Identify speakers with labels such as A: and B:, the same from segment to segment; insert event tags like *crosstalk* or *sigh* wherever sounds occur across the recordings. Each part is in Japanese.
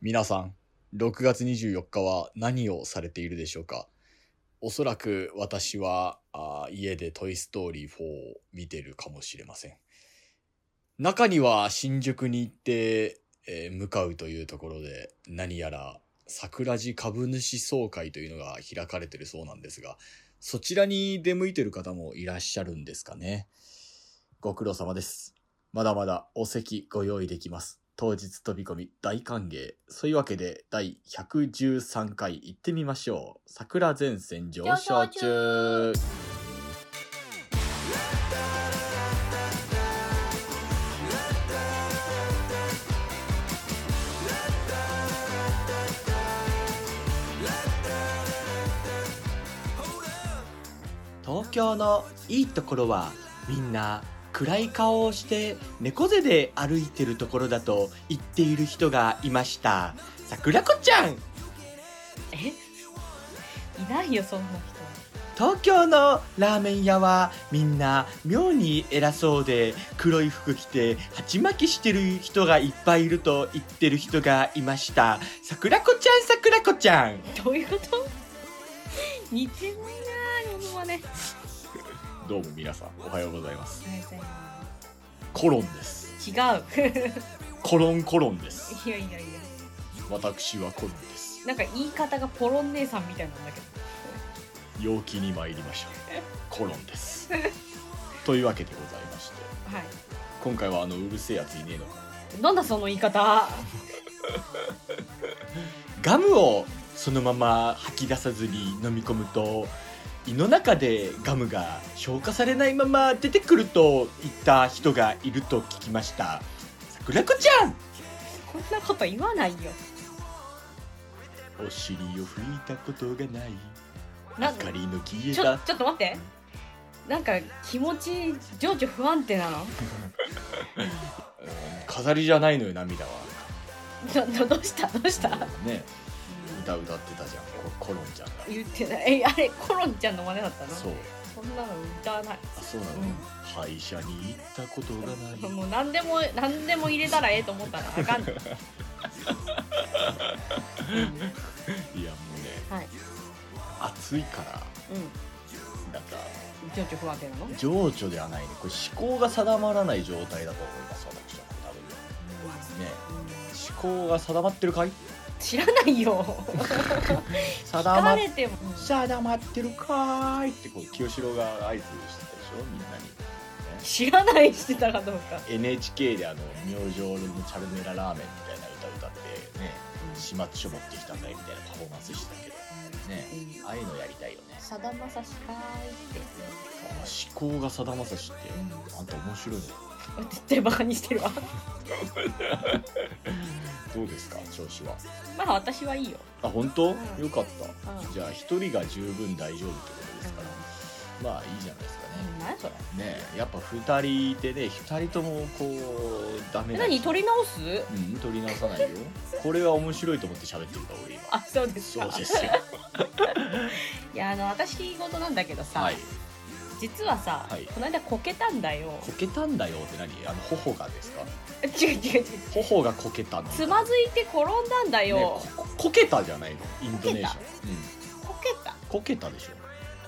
A: 皆さん、6月24日は何をされているでしょうかおそらく私はあー家でトイストーリー4を見てるかもしれません。中には新宿に行って、えー向かうというところで何やら桜地株主総会というのが開かれてるそうなんですが、そちらに出向いてる方もいらっしゃるんですかね。ご苦労様です。まだまだお席ご用意できます。当日飛び込み大歓迎。そういうわけで第113回行ってみましょう。桜前線上昇中。
B: 東京のいいところはみんな暗い顔をして猫背で歩いてるところだと言っている人がいました桜子ちゃん
C: えいないよそんな
B: 東京のラーメン屋はみんな妙に偉そうで黒い服着て鉢巻きしてる人がいっぱいいると言ってる人がいました桜子ちゃん桜子ちゃん
C: 人どういうこと似てないなものまね
A: どうも皆さん、おはようございます。
C: 違
A: コロンです。
C: う
A: コロンコロンです。
C: いやいやいや
A: 私はコロンです。
C: なんか言い方がポロン姉さんみたいなんだけど
A: 陽気に参りましょう。コロンです。というわけでございまして、
C: はい
A: 今回はあのうるせえやついねえのか。
C: なんだその言い方
B: ガムをそのまま吐き出さずに飲み込むと胃の中でガムが消化されないまま出てくると言った人がいると聞きました桜子ちゃん
C: こんなこと言わないよ
B: お尻を拭いたことがない
C: なん
B: 光の消え
C: ちょ
B: た
C: ちょっと待ってなんか気持ち情緒不安定なの
A: うん飾りじゃないのよ、涙は。
C: どどどうしたどうした
A: ね、歌歌ってたじゃん、ココロンちゃんが。
C: 言ってないえあれコロンちゃんの真似だったの
A: そう。
C: そんなの歌わない
A: あ、そうなの、
C: うん
A: 歯医者に行ったことがない。
C: もう何でも何でも入れたらええと思ったらあかんね、
A: いや、もうね、
C: はい、
A: 暑いから、
C: う
A: なんか、
C: ん、情緒不安定なの
A: 情緒ではないねこれ思考が定まらない状態だと思います私は多分ね
C: う
A: 思考が定まってるかい
C: ん知らない *laughs* よ
A: 定
C: 聞
A: ま
C: か
A: っ
C: れても
A: 定まってるかーいってこう清志郎が合図してたでしょみんなに、ね、
C: 知らないしてたかどうか
A: NHK であの「明星のチャルメララーメン」みたいな歌歌ってね始末書持ってきたんだよみたいなパフォーマンスしてたけどねああいうのやりたいよね
C: さだまさしかーいって
A: あ思考が定まさしってあんた面白いね
C: 絶対バカにしてるわ
A: どうですか調子は
C: まあ私はいいよ、
A: あ本当
C: うん
A: よかった
C: うん、
A: じゃあ一人が十分大丈夫ってことですから、まあいいじゃないですかね。
C: 何それ
A: ねえやっぱ二人いてね二人ともこうダメ
C: え
A: だ。
C: 何取り直す
A: うん取り直さないよ。これは面白いと思って喋ってるから俺今。
C: あそうです
A: そ
C: か
A: うですよ。
C: いやあの私事なんだけどさ、
A: はい。
C: 実はさ、
A: はい
C: この間こけたんだよ
A: こけたんだよって何？あの頬がですか？
C: *laughs* 違う違う違う
A: 頬がこけたの。
C: つまずいて転んだんだよ、
A: ねここけたじゃないの？インドネーション。うん。
C: こけた
A: こけたでしょ。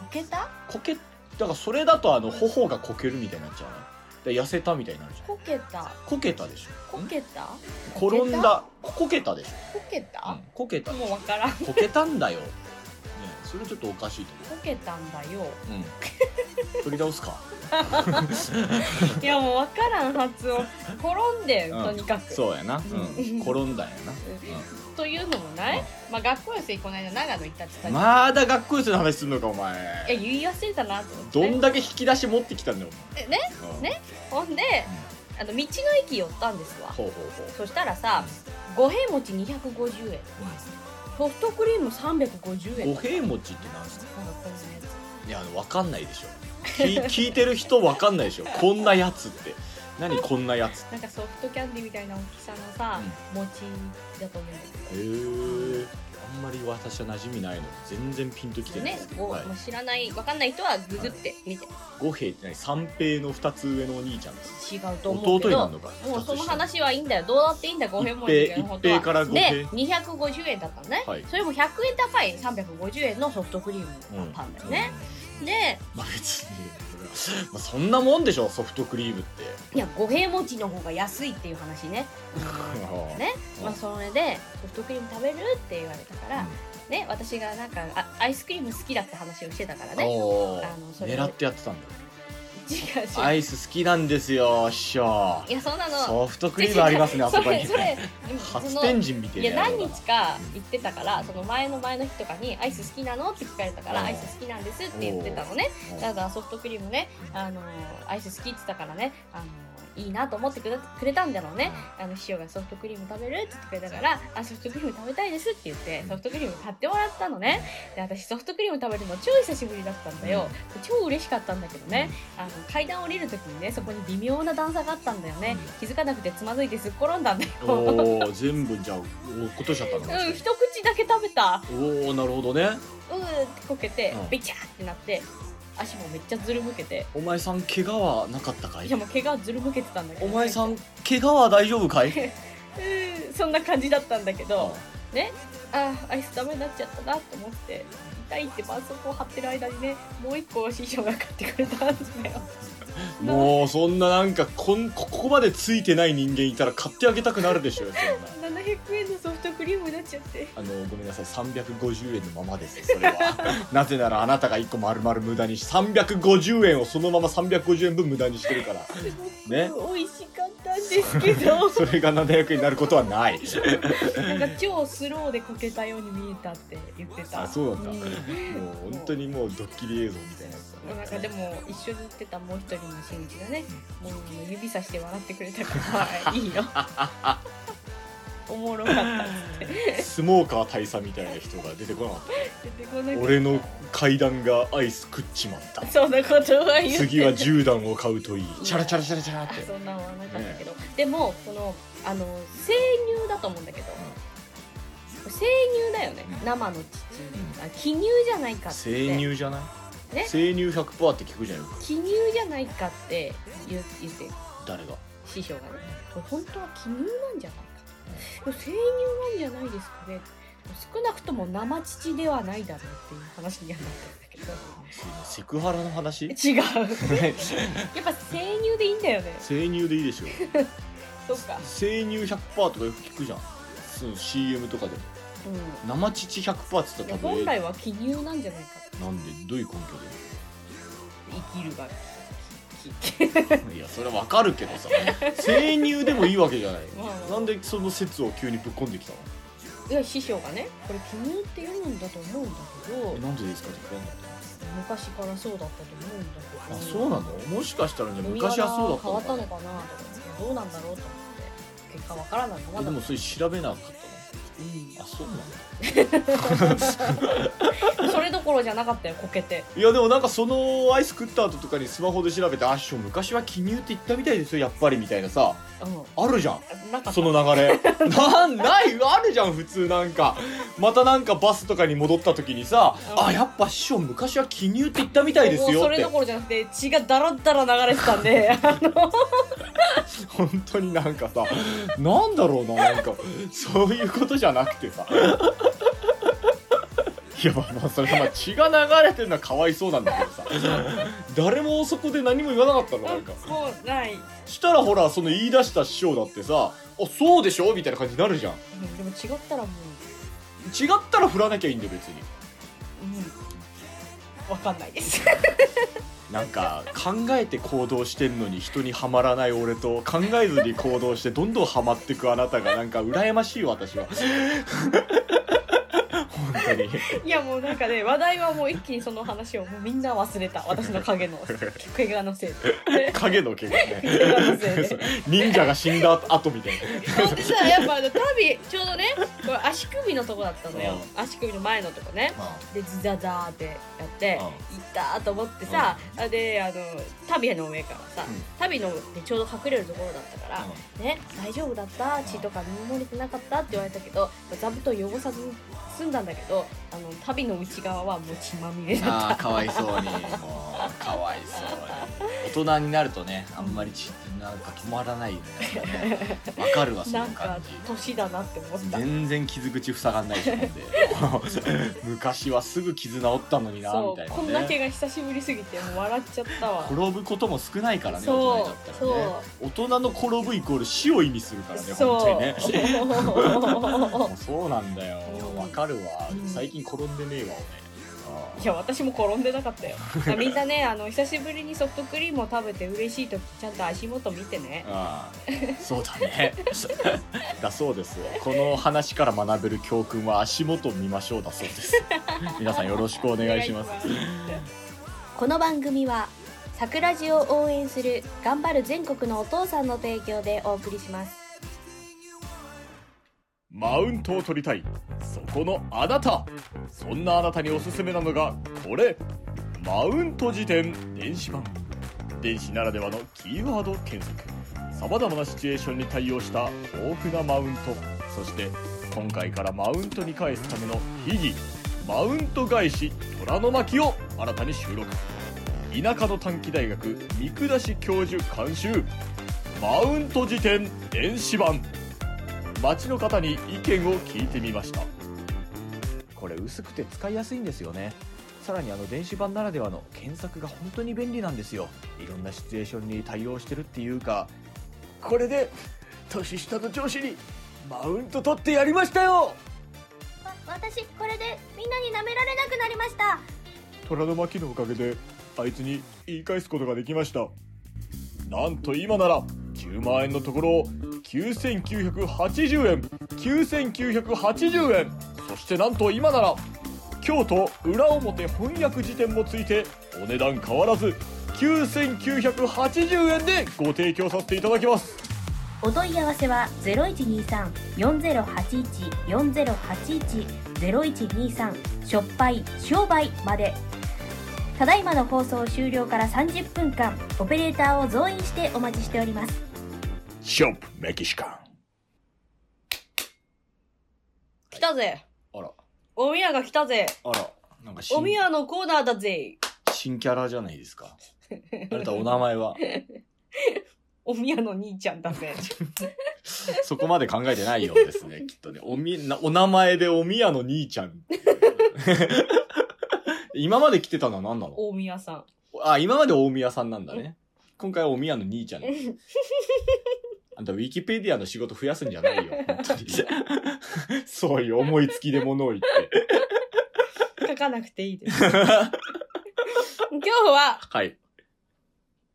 C: こけた
A: こけだからそれだとあの頬がこけるみたいになっちゃうね。だから痩せたみたいになるじゃん。
C: こけた
A: こけたでしょ。
C: こけた
A: 転んだここけたでしょ。
C: こけた、
A: こけた
C: もうわからんこ
A: こけたんだよ、ね、それちょっとおかしいと
C: けたんだよ
A: 思う、うん、取り直すか
C: いやもうわからん発音転んでん
A: うん
C: とにかく、
A: そうやな、
C: うん
A: 転んだんやな、
C: というのもない、まあ学校寄せこの間長野行ったって言ったじゃん、
A: まだ学校生の話すんのかお
C: え
A: 前
C: 言い忘れたなと思って
A: どんだけ引き出し持ってきたんだよ
C: えね
A: お前、うん
C: ねほんであの道の駅寄ったんですわ
A: ほうほうほう
C: そしたらさ五平餅250円ソフトクリーム350円
A: 五平餅ってなんすか
C: なんかこんなやつ
A: いやあのわかんないでしょ聞 *laughs* 聞いてる人わかんないでしょこんなやつって何こんなやつって
C: なんかソフトキャンディみたいな大きさのさ、
A: うん
C: 餅だと思うんだけど
A: へえあんんまり私は馴染みないので全然ピンときてない
C: ね
A: ですけ、ど、
C: ご
A: はい
C: もう知らない、わかんない人はググって見て、
A: 五兵衛って何三平の二つ上のお兄ちゃんです
C: 違うと思う
A: 弟
C: け
A: にな
C: ど
A: るの。か
C: もうその
A: 二つ
C: 話はいいんだよ。どうだっていいんだよ、五平餅
A: 一平一平から五平
C: で、250円だったのね。
A: 下はい、
C: それも100円高い350円のソフトクリームだったんだよね。で、
A: まあ別にそれはまあそんなもんでしょソフトクリームっ
C: *laughs*
A: て
C: いや、五平餅の方が安いっていう話ね。ね、まあ、それでソフトクリーム食べるって言われたから、
A: うん
C: ね、私がなんかあアイスクリーム好きだって話をしてたからね。
A: おー
C: あのそれ
A: 狙ってやってたんだ
C: 違う違う
A: アイス好きなんですよ師匠
C: いや、そんなの。
A: ソフトクリームありますねあそ
C: *laughs* そ
A: こに
C: れ、それ、
A: 初
C: その
A: 天神みたい
C: い
A: な
C: や何日か行ってたからその前の前の日とかに「アイス好きなの?」って聞かれたから「
A: うん
C: アイス好きなんです」って言ってたのねただソフトクリームね、あのーアイス好きって言ったからね、あのーいいなと思ってくれくれたんだろうねあの師匠がソフトクリーム食べるって言ってくれたからあソフトクリーム食べたいですって言ってソフトクリーム買ってもらったのねで私ソフトクリーム食べるの超久しぶりだったんだよ超嬉しかったんだけどねあの階段降りる時にねそこに微妙な段差があったんだよね気づかなくてつまずいてすっ転んだんだよ
A: おお全部じゃあ落っことしちゃったのか
C: うん、一口だけ食べた。
A: おおなるほどね
C: うーってこけて
A: うん、
C: べちゃーってなって、足もめっちゃずるむけて。
A: お前さん怪我はなかったか
C: い
A: い
C: や、もう怪我ずるむけてたんだけど。
A: お前さん怪我は大丈夫
C: *laughs*
A: かい
C: うーそんな感じだったんだけ
A: うん
C: ど、ね。あーアイスダメになっちゃったなと思って、痛いって絆創膏貼ってる間にね、もう一個師匠が買ってくれたんだよ。
A: もうそんななんかこんここまでついてない人間いたら買ってあげたくなるでしょうよそんな
C: 700円のソフトクリームになっちゃって。
A: あのごめんなさい350円のままですそれ
C: *laughs*
A: はなぜならあなたが1個丸々無駄にし350円をそのまま350円分無駄にしてるから
C: すごく
A: ね、
C: 美味しかったんですけど
A: *laughs* それが700円になることはない
C: なんか超スローでこけたように見えたって言ってた。
A: あそうなんだ
C: ん
A: もう本当にもうドッキリ映像みたいなやつだね
C: なんかでも一緒に行ってたもう一人の新一がねもう指さして笑ってくれたからいいよおもろかったっつって *laughs*
A: スモーカー大佐みたいな人が出てこなかっ
C: 出てこな
A: た
C: い
A: 俺の階段がアイス食っちまった
C: そんなことは言って
A: 次は10段を買うといいチャラチャラチャラチャラっ
C: あ
A: て
C: そんなんはなかったけど、でもこのあの生乳だと思うんだけど生乳だよね生の乳あ記乳じゃないかって
A: 生乳じゃない
C: ね
A: 生乳100%って聞くじゃない
C: 記乳じゃないかって言う言って
A: 誰が
C: 師匠がねこれ本当は記入なんじゃないかと生乳なんじゃないですかね少なくとも生乳ではないだろうっていう話にはなった
A: セクハラの話
C: *laughs* んだけど違うやっぱ生乳でいいんだよね
A: 生乳でいいでしょ
C: そうか
A: 生乳100%とかよく聞くじゃんその CM とかでも
C: うん
A: 生乳100%って言っ
C: い
A: た
C: や
A: ら多分
C: 本来は記入なんじゃないかと
A: なんでどういう根
C: 生きるがきき
A: 拠でいやそれわかるけどさ生乳でもいいわけじゃない
C: まあまあ
A: なんでその説を急にぶっ込んできたの
C: いや師匠がねこれ記入って読むんだと思うんだけど
A: えなんでですかって聞かんだった
C: 昔からそうだったと思うんだけど
A: あそうなのもしかしたらね
C: 飲み
A: 昔はそうだ
C: 方
A: った
C: 変わ
A: の
C: った
A: かな
C: のかなと思ってどうなんだろうと思って結果わからない
A: え
C: ままだ
A: で
C: った
A: もそれ調べなかった
C: うん
A: のあそうなんだ
C: それどころじゃなかったよこけて
A: いやでもなんかそのアイス食った後とかにスマホで調べて「あっしょ昔は記入って言ったみたいですよやっぱり」みたいなさ
C: う
A: あるじゃん
C: んなんか
A: その流
C: *laughs*
A: れなんないあるじゃん普通なんかまたなんかバスとかに戻った時にさ「
C: うん
A: あやっぱ師匠昔は記入って言ったみたいです
C: もう
A: よ」
C: そ
A: っ
C: れ
A: て
C: どころじゃなくて血がだらだら流れてたんであの
A: 本当になんかさなんだろうななんかそういうことじゃなくてさいやまあまあそれはまあ血が流れてるのはかわいそうなんだけどさ誰もそこで何も言わなかったのなんか
C: もうない
A: したらほらその言い出した師匠だってさ「あそうでしょ?」みたいな感じになるじゃん
C: うんでも違ったらも
A: 違ったら振らなきゃいいんだよ別に
C: ううんわかんないです
A: *laughs* なんか考えて行動してんのに人にはまらない俺と考えずに行動してどんどんはまってくあなたがなんか羨ましい私は本当に
C: いやもうなんかね話題はもう一気にその話をもうみんな忘れた私の影の怪我のせいで
A: 影の怪我ね
C: 怪我のせいで
A: 忍者が死んだ後みたいな
C: ほんでさやっぱあの旅ちょうどねこう足首のとこだったのよ足首の前のとこね
A: あ
C: でズザザーってやって
A: あ
C: 行ったーと思ってさであのタビの上からさ
A: うん
C: タビのでちょうど隠れるところだったから
A: あ
C: ね、大丈夫だった血とか見守れてなかったって言われたけど座布団汚さずに済んだんだけどあの旅の内側はもう血まみれだっ
A: あーかわいそうにもうかわいそうに大人になるとねあんまり血ってなんか止まらないよねわかるわ
C: た
A: その
C: なんか
A: 感じ
C: 年だなって思った
A: 全然傷口塞がんないしほんで *laughs* 昔はすぐ傷治ったのになみ
C: そ
A: たいうなね
C: こんだけが久しぶりすぎてもう笑っちゃったわ
A: 転ぶことも少ないからね
C: そう
A: 大人だったらね大人の転ぶイコール死を意味するからね
C: そう
A: 本当にねもうそうなんだよ
C: うん
A: わかるわ、
C: うん
A: 最近転んでねえわ俺
C: いや私も転んでなかったよみんなねあの久しぶりにソフトクリームを食べて嬉しい時ちゃんと足元見てね
A: ああそうだね *laughs* だそうですこの話から学べる教訓は足元を見ましょうだそうです皆さんよろしくお願いします
C: この番組は桜地を応援する頑張る全国のお父さんの提供でお送りします
B: マウントを取りたいそこのあなたそんなあなたにおすすめなのがこれマウント辞典電子版電子ならではのキーワード検索さまざまなシチュエーションに対応した豊富なマウントそして今回からマウントに返すための秘技マウント返し虎の巻を新たに収録田舎の短期大学三下し教授監修マウント辞典電子版街の方に意見を聞いてみました
A: これ薄くて使いやすいんですよねさらにあの電子版ならではの検索が本当に便利なんですよいろんなシチュエーションに対応してるっていうか
B: これで年下の上司にマウント取ってやりましたよ
C: 私これでみんなに舐められなくなりました
B: 虎の巻のおかげであいつに言い返すことができましたなんと今なら10万円のところを9980円9980円そしてなんと今なら京都裏表翻訳辞典もついてお値段変わらず9980円でご提供させていただきます
C: お問い合わせは0123-4081-4081-0123しょっぱい商売までただいまの放送終了から30分間オペレーターを増員してお待ちしております
B: ショップメキシカン
C: 来たぜ
A: あら
C: おみやが来たぜ
A: あらなんか新
C: おみやのコーナーだぜ
A: 新キャラじゃないですかあなたお名前は
C: おみやの兄ちゃんだぜ *laughs*
A: そこまで考えてないようですね、きっとね。おみ、なお名前でおみやの兄
C: *laughs*
A: ちゃんっていう。今まで来てたのは何なの
C: 大宮さん
A: あ、今まで大宮さんなんだね。今回はおみやの兄ちゃん。
C: *laughs*
A: あんた、ウィキペディアの仕事増やすんじゃないよ。本当に *laughs* そういう思いつきで物を言って。
C: 書かなくていいです今日は
A: *laughs* はい。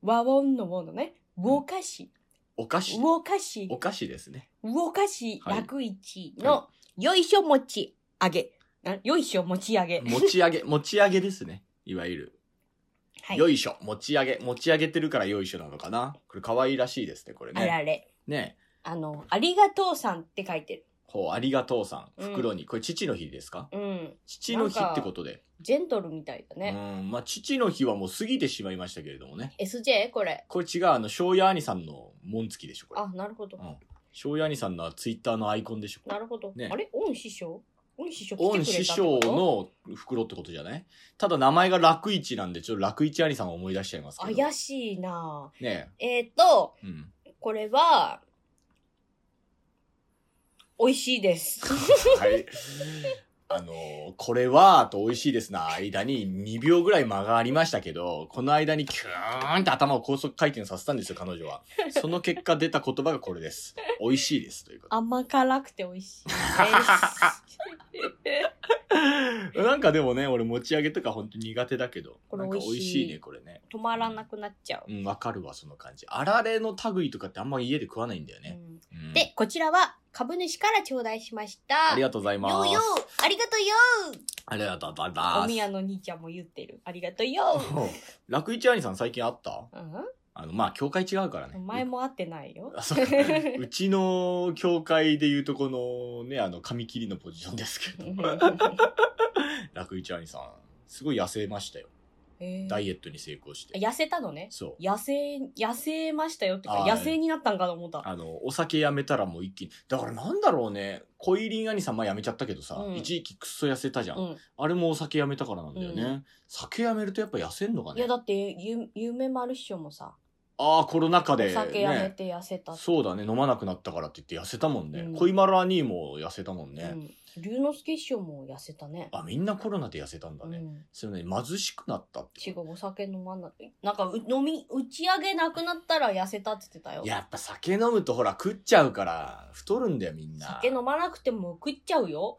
C: 和音のものね魚菓子
A: お菓子。
C: 魚菓子
A: お菓子ですね。
C: 魚菓子
A: はい
C: 楽市のよいしょ持ち上げなよいしょ持ち上げ
A: 持ち上げ、持ち上げですね。いわゆる。
C: はい
A: よいしょ。持ち上げ。持ち上げてるからよいしょなのかな。これ可愛らしいですね、これ
C: あ
A: ね。
C: られ
A: ね
C: あのありがとうさんって書いてる
A: ほう、ありがとうさん。
C: うん
A: 袋に。これ、父の日ですか
C: うん
A: 父の日ってことで。
C: ジェントルみたいだね
A: うん。まあ、父の日はもう過ぎてしまいましたけれどもね。
C: SJ これ
A: これ違う、あの、庄屋兄さんの門付きでしょ、これ
C: あ。なるほど
A: うん庄屋兄さんのツイッターのアイコンでしょ。
C: なるほど
A: ね
C: あれ恩師匠恩師匠来てくれ
A: 恩
C: たって
A: 師
C: こ
A: 匠
C: と
A: の袋ってことじゃないただ名前が楽市なんで、ちょっと楽市兄さんを思い出しちゃいますけど。
C: 怪しいなぁ
A: ね
C: えっと
A: え。うん。
C: これは美味し
A: *laughs*
C: いです
A: はい。あのーこれは、と美味しいですな、間に2秒ぐらい間がありましたけど、この間にキューンって頭を高速回転させたんですよ、彼女は。その結果出た言葉がこれです。美味しいです、ということ。
C: 甘辛くて美味しい
A: *laughs*
C: です
A: なんかでもね、俺持ち上げとか本当苦手だけど、
C: こ
A: な
C: れ
A: んか
C: 美味し
A: 美
C: い
A: 味しいね、これね。
C: 止まらなくなっちゃう
A: うん、わかるわ、その感じ。あられの類とかってあんま家で食わないんだよね。
C: う
A: うん
C: ん、で、こちらは株主から頂戴しました。
A: ありがとうございます。
C: ようようありがとうよ
A: ありがとうございます。 *laughs*
C: おみやの兄ちゃんも言ってる。ありがとうよ
A: 楽市兄さん最近あった
C: うん、
A: ああの、まあ、教会違うからね。
C: お前も会ってないよ
A: あ。そうかうちの教会でいうとこのね、あの、紙切りのポジションですけど、楽一兄さん、すごい痩せましたよ。
C: *laughs* えー
A: ダイエットに成功して。
C: 痩せたのね。
A: そう。
C: 痩せ、痩せましたよってか、
A: あー
C: 野生になったんかと思った。
A: あの、お酒やめたらもう一気に。だからなんだろうね、コイリン兄さん前やめちゃったけどさ、
C: うん
A: 一時期くっそ痩せたじゃん,、
C: うん。
A: あれもお酒やめたからなんだよね。
C: う
A: 酒やめるとやっぱ痩せんのか
C: いや、
A: ね。
C: だって、ゆ、ゆめまる師匠もさ、
A: ああ、コロナ禍で、
C: お
A: ね。
C: 酒やめて痩せたって。
A: そうだね、飲まなくなったからって言って痩せたもんね。
C: うん
A: 恋丸兄も痩せたもんね。
C: うん。龍之介師匠も痩せたね。
A: あ、みんなコロナで痩せたんだね。
C: うん
A: それね、貧しくなったって。
C: 違う、お酒飲まな、なんか、う飲み、打ち上げなくなったら痩せたって言ってたよ。
A: やっぱ酒飲むとほら食っちゃうから太るんだよみんな。
C: 酒飲まなくても食っちゃう
A: *laughs*
C: よ。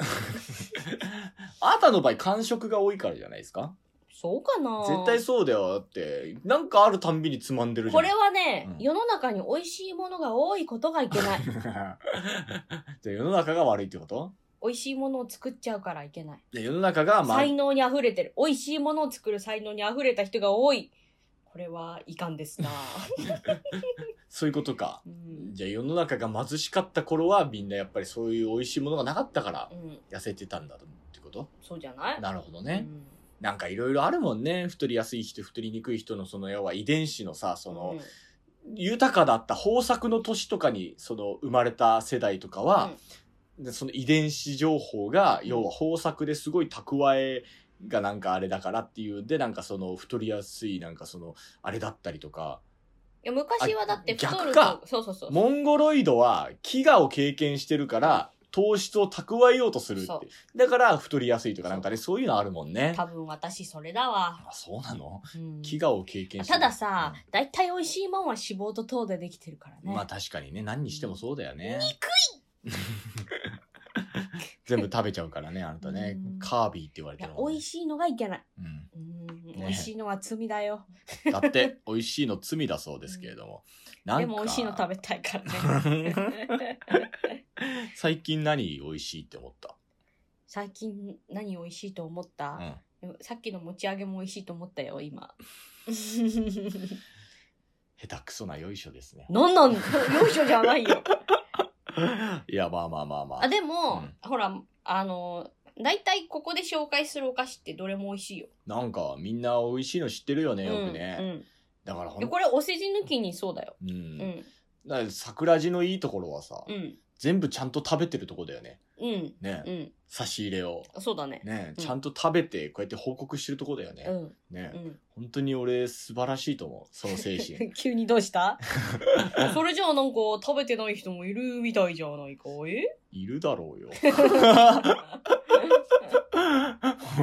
A: あなたの場合間食が多いからじゃないですか
C: そうかな
A: 絶対そうだよ。だって、なんかあるたんびにつまんでるじゃ
C: こ
A: ん。 *laughs*
C: れはね、
A: うん。
C: 世の中に美味しいものが多いことがいけない
A: *laughs* じゃあ世の中が悪いってこと
C: 美味しいものを作っちゃうからいけない。
A: じゃあ世の中が、まあ、
C: 才能に溢れてる。美味しいものを作る才能に溢れた人が多い。これはいかんですな。
A: *laughs* そういうことか
C: う。ん。
A: じゃあ世の中が貧しかった頃はみんなやっぱりそういう美味しいものがなかったから
C: うん
A: 痩せてたんだとってこと
C: そうじゃない
A: なるほど
C: う
A: ね。
C: ん
A: なんかいろいろあるもんね。太りやすい人、太りにくい人のその要は遺伝子のさ、その、
C: うん
A: 豊かだった豊作の年とかにその生まれた世代とかは、でその遺伝子情報が要は豊作ですごい蓄えがなんかあれだからっていうんでなんかその太りやすいなんかそのあれだったりとか
C: いや昔はだって太
A: あ逆
C: る
A: か
C: と、そうそうそう。
A: モンゴロイドは飢餓を経験してるから糖質を蓄えようとするって
C: そう
A: だから太りやすいとかなんかねそういうのあるもんね
C: 多分私それだわ。
A: あそうなの
C: うん
A: 飢餓を経験して
C: た
A: る
C: ださ、大体美味しいもんは脂肪と糖でできてるから
A: うん
C: ね。
A: まあ確かにね何にしてもそうだよね全部食べちゃうからね、あなたね
C: うん。
A: カービーって言われ
C: い
A: て
C: や
A: るもん
C: 美
A: ね
C: 味しいのがいけない。
A: うん
C: うん
A: ね
C: 美味しいのは罪だよ。
A: だって、美味しいの罪だそうですけれども。なんか
C: でも美味しいの食べたいからね。
A: *laughs* 最近何美味しいって思った
C: 最近何美味しいと思った、
A: うん。
C: さっきの持ち上げも美味しいと思ったよ、今。 *laughs*
A: 下手くそなよいしょですね。
C: なんなん、よいしょじゃないよ。
A: いや、まあまあまあまあ。
C: あ、でも、
A: うん
C: ほら、あの、大体ここで紹介するお菓子ってどれも美味しいよ。
A: なんか、みんな美味しいの知ってるよね、よく
C: うん
A: ね。だからほ
C: うん
A: ん
C: これ、お世辞抜きにそうだよ。
A: う。
C: うん
A: だ
C: ん。
A: から桜地のいいところはさ
C: う、ん。
A: 全部ちゃんと食べてるとこだよね。
C: うん。
A: ね
C: う。ん。
A: 差し入れを。
C: そうだね。
A: ね。
C: うん
A: ちゃんと食べて、こうやって報告してるとこだよ
C: う
A: ね。
C: ん。
A: ね
C: う。ん。
A: 本当に俺素晴らしいと思う。その精神。
C: *laughs* 急にどうしたそれじゃあなんか食べてない人もいるみたいじゃないか。
A: *laughs*
C: え
A: いるだろう
C: *laughs*
A: よ。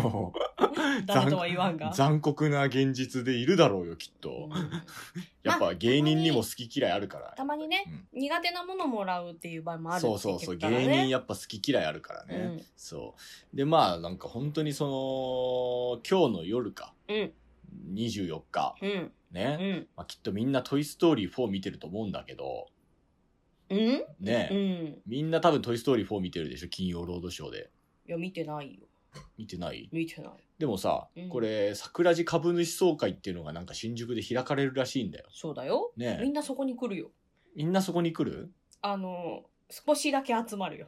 A: もう
C: 誰とは言わんが。
A: 残酷な現実でいるだろうよ、きっと。
C: うん
A: やっぱ芸人にも好き嫌いあるから。
C: たまにね、苦手なものもらうっていう場合もあるって
A: そう
C: 言っ
A: そうそう、
C: てたから
A: 芸
C: ね
A: 人やっぱ好き嫌いあるからね。そう。で、まあ、なんか本当にその、今日の夜か。
C: うん
A: 24日。
C: うんうん
A: ね。まあ、きっとみんなトイストーリー4見てると思うんだけど、
C: うんうん
A: ね。
C: うん
A: みんな多分トイストーリー4見てるでしょ、金曜ロードショーで。
C: いや見てないよ
A: 見てない
C: 見てない
A: でもさ、
C: うん
A: これ、桜地株主総会っていうのがなんか新宿で開かれるらしいんだよ。
C: そうだよ
A: ね
C: みんなそこに来るよ
A: みんなそこに来る
C: あの少しだけ集まるよ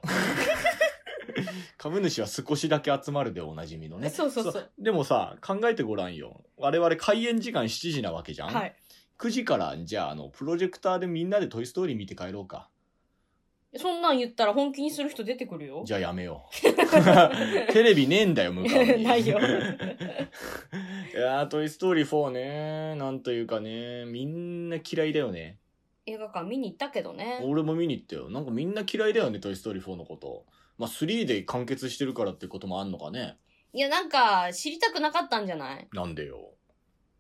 A: 株主は少しだけ集まるでおなじみのね。
C: そうそうそう
A: でもさ、考えてごらんよ。我々開演時間7時なわけじゃん、
C: はい
A: ?9 時から、じゃあ、あの、プロジェクターでみんなでトイストーリー見て帰ろうか。
C: そんなん言ったら本気にする人出てくるよ
A: じゃあやめよ
C: *laughs*
A: う。 *laughs* テレビねえんだよ、向かうに
C: ないよ *laughs*
A: いやー、トイストーリー4ね。なんというかね、みんな嫌いだよね。
C: 映画館見に行ったけどね
A: 俺も見に行ったよ。なんかみんな嫌いだよね、トイストーリー4のこと。まあ、3で完結してるからってこともあんのかね。
C: いやなんか知りたくなかったんじゃない
A: なんでよ。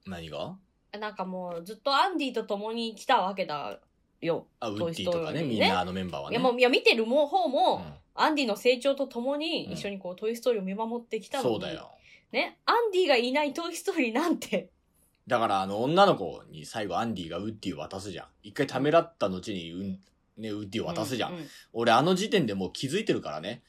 A: 何が
C: なんかもうずっとアンディと共に来たわけだよ
A: あ、ウッディとかね、
C: トイストーリーね
A: みんなあのメンバーはいね。
C: やもういや見てるもう方も、
A: うん
C: アンディの成長とともに一緒にこう、トイ・ストーリーを見守ってきたのに
A: そうだよ。
C: ねアンディがいないトイ・ストーリーなんて
A: だからあの女の子に最後アンディがウッディを渡すじゃん。一回ためらった後にうん、ね、ウッディを渡すじゃん。
C: うう
A: 俺あの時点でもう気づいてるからね。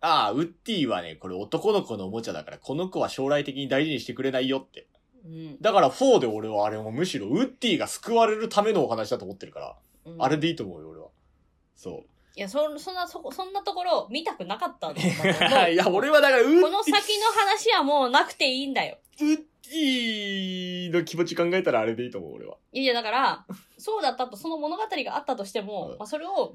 A: ああ、ウッディはね、これ男の子のおもちゃだから、この子は将来的に大事にしてくれないよって。
C: うん
A: だから4で俺はあれもむしろウッディが救われるためのお話だと思ってるから、
C: うん
A: あれでいいと思うよ俺は。そ
C: いやそそんなそこそんなところ見たくなかったんだも
A: う。
C: う
A: *laughs* いや、俺はだからウッディ、
C: この先の話はもうなくていいんだよ
A: ウッディの気持ち考えたらあれでいいと思う俺は。
C: いやだからそうだったとその物語があったとしても、
A: うん
C: まあ、それを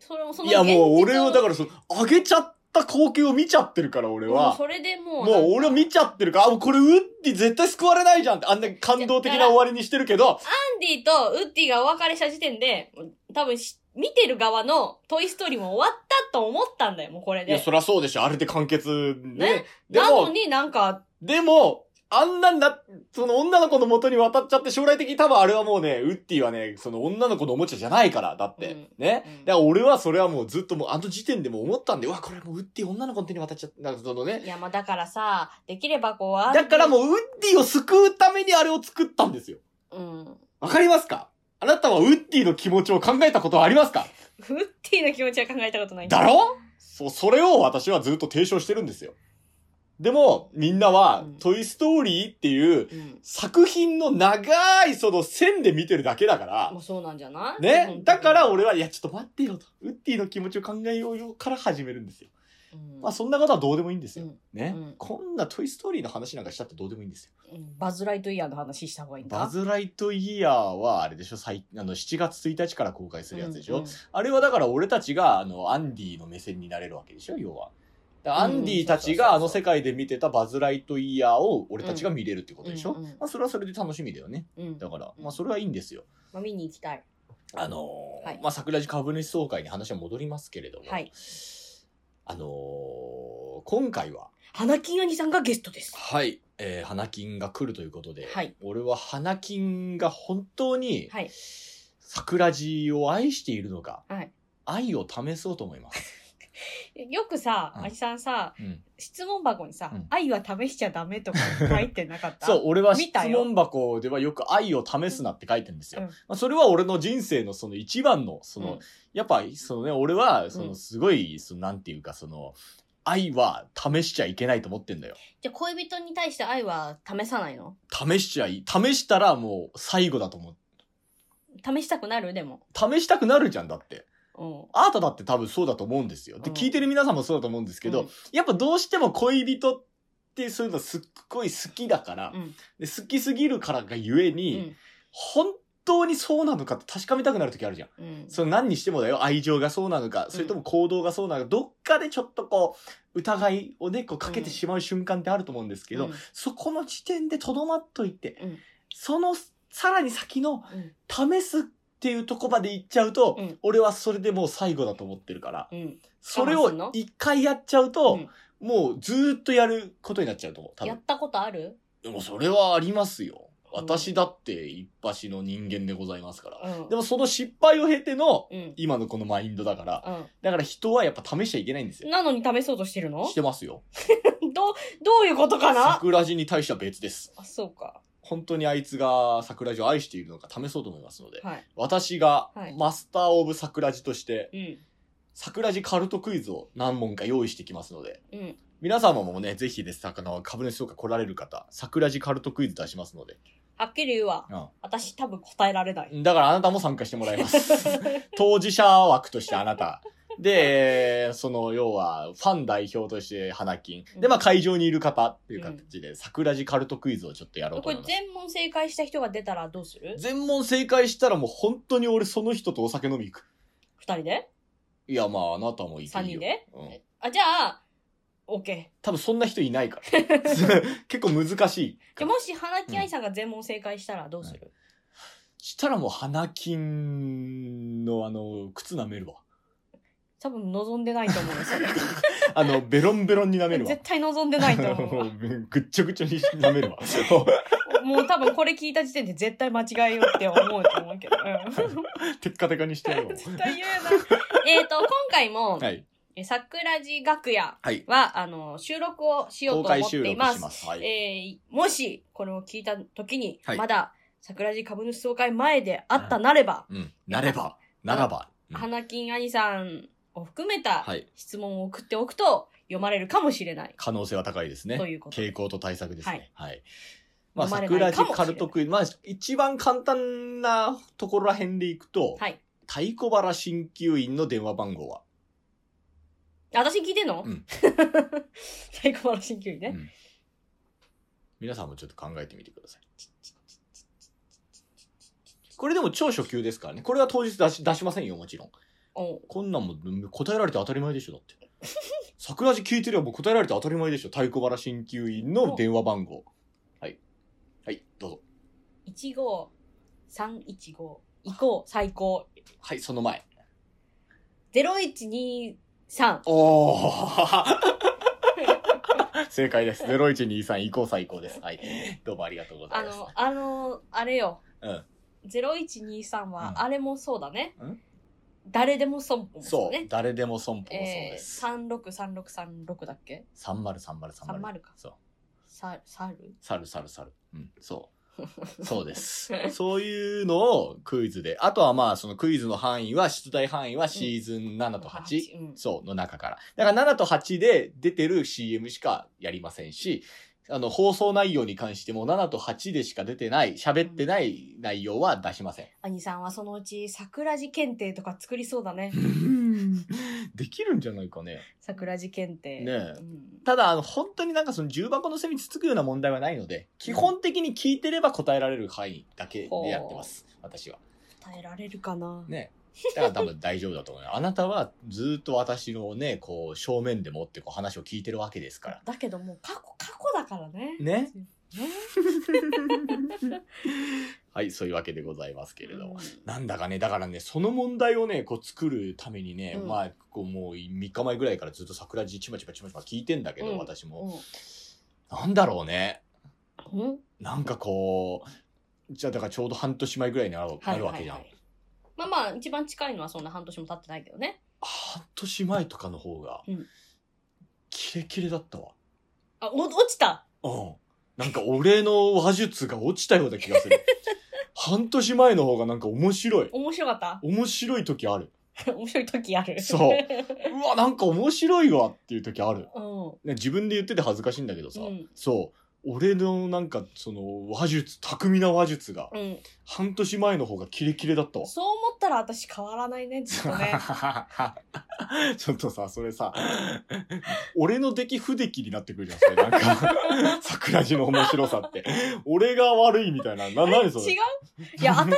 C: それをその
A: いやもう俺はだ
C: ら
A: からその、あげちゃった光景を見ちゃってるから俺は。
C: それでもう
A: もう俺を見ちゃってるから、あ、もうこれウッディ絶対救われないじゃんって、あんな感動的な終わりにしてるけど、
C: アンディとウッディがお別れした時点で、多分し見てる側のトイストーリーも終わったと思ったんだよ、もうこれ
A: いや
C: で。
A: そりゃそうでしょ、あれで完結ね
C: ね。
A: で
C: なの
A: も、
C: になんか、
A: でも、あんなんな、その女の子の元に渡っちゃって将来的に多分あれはもうね、ウッディはね、その女の子のおもちゃじゃないから、だって。
C: うん
A: ね
C: う。ん
A: だから俺はそれはもうずっともうあの時点でもう思ったんで、うわ、これもうウッディ女の子の手に渡っちゃった。なんかそのね。
C: いやまあだからさ、できればこう、アンディ
A: だからもうウッディを救うためにあれを作ったんですよ。
C: うん。ウ
A: わかりますかあなたはウッディの気持ちを考えたことはありますか
C: ッディの気持ちは考えたことないん
A: だろそう、それを私はずっと提唱してるんですよ。でも、みんなは、
C: うん
A: トイストーリーっていう
C: うん。
A: 作品の長いその線で見てるだけだから
C: も、うそうなんじゃない
A: ね。だから、俺は、いや、ちょっと待ってよと。ウッディの気持ちを考えようよから始めるんですよ。
C: うん
A: まあ、そんなことはどうでもいいんですよ
C: うん。
A: ね
C: うん。
A: こんなトイストーリーの話なんかしたってどうでもいいんですよ。
C: うんバズ・ライトイヤーの話した方がいいんだ。
A: バズ・ライトイヤーは、あれでしょ最あの、7月1日から公開するやつでしょ、
C: うんうん
A: あれはだから俺たちが、あの、アンディの目線になれるわけでしょ要は。だからアンディたちが
C: うん
A: あの世界で見てたバズ・ライトイヤーを俺たちが見れるってことでしょ、
C: うんうん
A: まあそれはそれで楽しみだよね。
C: うん。
A: だから、まあそれはいいんですよ。
C: まあ見に行きたい。
A: あのー
C: はい
A: まあ桜地株主総会に話は戻りますけれども、
C: はい。
A: あのー今回は、
C: 花金兄さんがゲストです。
A: はい、えー、花金が来るということで、
C: はい
A: 俺は花金が本当に
C: はい。
A: 桜地を愛しているのか、
C: はい
A: 愛を試そうと思います。
C: よくさ、
A: うん
C: あじさんさ、
A: うん
C: 質問箱にさ、
A: うん
C: 愛は試しちゃダメとか書いてなかった
A: そう、俺は質
C: 見たよ
A: 問箱ではよく愛を試すなって書いてるんですよ。
C: うん
A: まあ、それは俺の人生のその一番の、その、
C: うん
A: やっぱ、そのね、俺は、そうの
C: ん
A: すごい、そのなんていうか、その、愛は試しちゃいけないと思ってんだよ。
C: じゃあ恋人に対して愛は試さないの
A: 試しちゃい、試したらもう最後だと思う。
C: 試したくなるでも。
A: 試したくなるじゃんだって。
C: うん。
A: あなただって多分そうだと思うんですよ。で、
C: うん
A: 聞いてる皆さんもそうだと思うんですけど、やっぱどうしても恋人ってそういうのすっごい好きだから、
C: うん、うん。
A: で好きすぎるからがゆえに、
C: うん。
A: 本当にそうなのかって確かめたくなる時あるじゃん。
C: うん。
A: その何にしてもだよ、愛情がそうなのか、それとも行動がそうなのか、どっかでちょっとこう、疑いをね、こうかけてしまう瞬間ってあると思うんですけど、
C: うん
A: そこの時点でとどまっといて、
C: うん
A: そのさらに先の
C: う
A: 試
C: ん
A: すっていうとこまで行っちゃうと、
C: うん
A: 俺はそれでもう最後だと思ってるから、
C: うん。
A: それ
C: 我慢すん
A: を
C: の
A: 一回やっちゃうと、もうずーっとやることになっちゃうと思う、多
C: や
A: 分
C: っ。たことある
A: でもそれはありますよ。
C: うん
A: 私だって一発の人間でございますから。
C: うん。
A: でもその失敗を経ての、
C: うん。
A: 今のこのマインドだから、
C: う
A: だから人はやっぱ試しちゃいけないんです
C: ん。
A: よ。
C: なのに試そうとしてるの
A: してますよ。
C: どう、どういうことかな
A: 桜地に対しては別です。
C: あ、そうか。
A: 本当にあいつが桜地を愛しているのか試そうと思いますので、
C: はい。
A: 私が
C: はい
A: マスターオブ桜地として、
C: う
A: 桜地カルトクイズを何問か用意してきますので、
C: ん。うん。
A: 皆様もね、ぜひです、あの株主総会来られる方、桜地カルトクイズ出しますので、
C: はっきり言うわ。
A: うん
C: 私多分答えられない。
A: だからあなたも参加してもらいます。
C: *laughs*
A: 当事者枠としてあなた。で、その、要は、ファン代表として、花金。で、まあ、会場にいる方っていう形で、桜地カルトクイズをちょっとやろうと
C: こ
A: 思
C: れ
A: います。
C: 全問正解した人が出たらどうする
A: 全問正解したらもう本当に俺その人とお酒飲み行く。
C: 二人で
A: いや、まあ、あなたも行け
C: 三
A: いい
C: 人
A: よ。
C: で
A: うん。
C: あ、じゃあ、OK。
A: 多分そんな人いないから。
C: *laughs*
A: 結構難しい
C: じ
A: から。
C: ゃあもし花木愛さんが全問正解したらどうする、
A: したらもう花金のあの、靴舐めるわ。
C: 多分望んでないと思
A: *laughs*
C: うよそれ
A: あの、ベロンベロンに舐めるわ
C: 絶。対望んでないと思う
A: *laughs*
C: わ
A: ぐっちょぐちょに舐める *laughs* わ。
C: もう多分これ聞いた時点で絶対間違えようって思うと思うけど、う
A: テッカテカにしてるわ
C: ん、。絶対言
A: *laughs*
C: うなえっと今回も、
A: はい。
C: え桜地楽屋
A: はい。
C: はあの収録をしよう
A: 公
C: と思
A: 開
C: って
A: 収録
C: い
A: し
C: ます
A: ます。はい。
C: えーもしこれを聞いた時に、
A: はい
C: まだ桜地株主総会前であったなれば、
A: うん。なれば、ならば。うん
C: 花金兄さんを含めた
A: はい。
C: 質問を送っておくと読まれるかもしれない
A: 可能性は高いですね
C: と。いうことで
A: 傾向と対策ですね。はい。まあ、
C: 飲まれな
A: 桜
C: いか
A: 地
C: もしれない
A: カルトクイズ。まあ、一番簡単なところら辺でいくと、
C: はい。
A: 太鼓原鍼灸院の電話番号は
C: 私に聞いてんの
A: うん
C: *laughs* 太鼓判の鍼灸院ね。
A: 皆さんもちょっと考えてみてください。これでも超初級ですからね。これは当日出し出しませんよ、もちろん。
C: おう
A: こんなんもうん答えられて当たり前でしょ、だって。桜地聞いてればもう答えられて当たり前でしょ。太鼓原鍼灸院の電話番号。はい。はい、どうぞ。
C: 1号、315、行こう、最高。
A: はい、その前。
C: 0123。
A: おお *laughs* 正解です。0123以降最高です。はい。どうもありがとうござ
C: あ
A: います。 *laughs*
C: の、あの、あれよ。
A: うん
C: 0123は、
A: うん
C: あれもそうだね。
A: うん
C: 誰でも損保も
A: そう、
C: ね。
A: 誰でも損保もそう
C: え
A: で
C: ー、
A: す。
C: 363636だっけ
A: 三丸三丸三丸。
C: 30か
A: そう。
C: さ、さる
A: サルサルサル。うん、そう。そうです。そういうのをクイズで。あとはまあ、そのクイズの範囲は、出題範囲はシーズン7と8。
C: うん。
A: そう、の中から。だから7と8で出てる CM しかやりませんし、あの、放送内容に関しても7と8でしか出てない、喋ってない内容は出しません。
C: 兄さんはそのうち桜寺検定とか作りそう
A: *laughs*
C: だね。 *laughs*
A: できるんじゃないかね。
C: 桜寺検定。
A: ねえ
C: うん
A: ただ、あの、本当になんかその重箱の背につつくような問題はないので、基本的に聞いてれば答えられる範囲だけでやってます。私は。
C: 答えられるかな、
A: ね。だから多分大丈夫だと思うよ。あ *laughs* なたはずっと私のね、こう、正面でもってこう話を聞いてるわけですから。
C: だけどもう過去、過去だからね。
A: ね。
C: ね
A: はい、そういうわけでございますけれども。
C: うん
A: なんだかね、だからね、その問題をね、こう作るためにね、
C: うん
A: まあ、こうもう3日前ぐらいからずっと桜地ちまちまちまちま聞いてんだけど、
C: うん
A: 私も。なんだろうね。
C: うん。うん
A: なんかこう、じゃあだからちょうど半年前ぐらいになる,、
C: はい
A: なる
C: は
A: わけ
C: い
A: じゃ
C: は
A: ん。
C: い。まあまあ、一番近いのはそんな半年も経ってないけどね。
A: 半年前とかの方が、
C: うん
A: キレキレだったわ。
C: あ、お落ちた
A: うん。なんか俺の話術が落ちたような気がする。半年前の方がなんか面白い。
C: 面白かった *laughs*
A: 面白い時ある。
C: 面白い時ある。
A: そううわ、なんか面白いわっていう時ある。
C: *laughs* う。
A: ね、自分で言ってて恥ずかしいんだけどさ、
C: うん
A: そう。俺のなんかその話術、巧みな話術が
C: ん。うん。
A: 半年前の方がキレキレだったわ。
C: そう思ったら私変わらないね、ずっ
A: *laughs*
C: とね。
A: ちょっとさ、それさ、俺の出来不出来になってくるじゃん、それ。なんか、桜地の面白さって。俺が悪いみたいな。な、なにそ
C: 違う
A: れ。
C: いや、私の話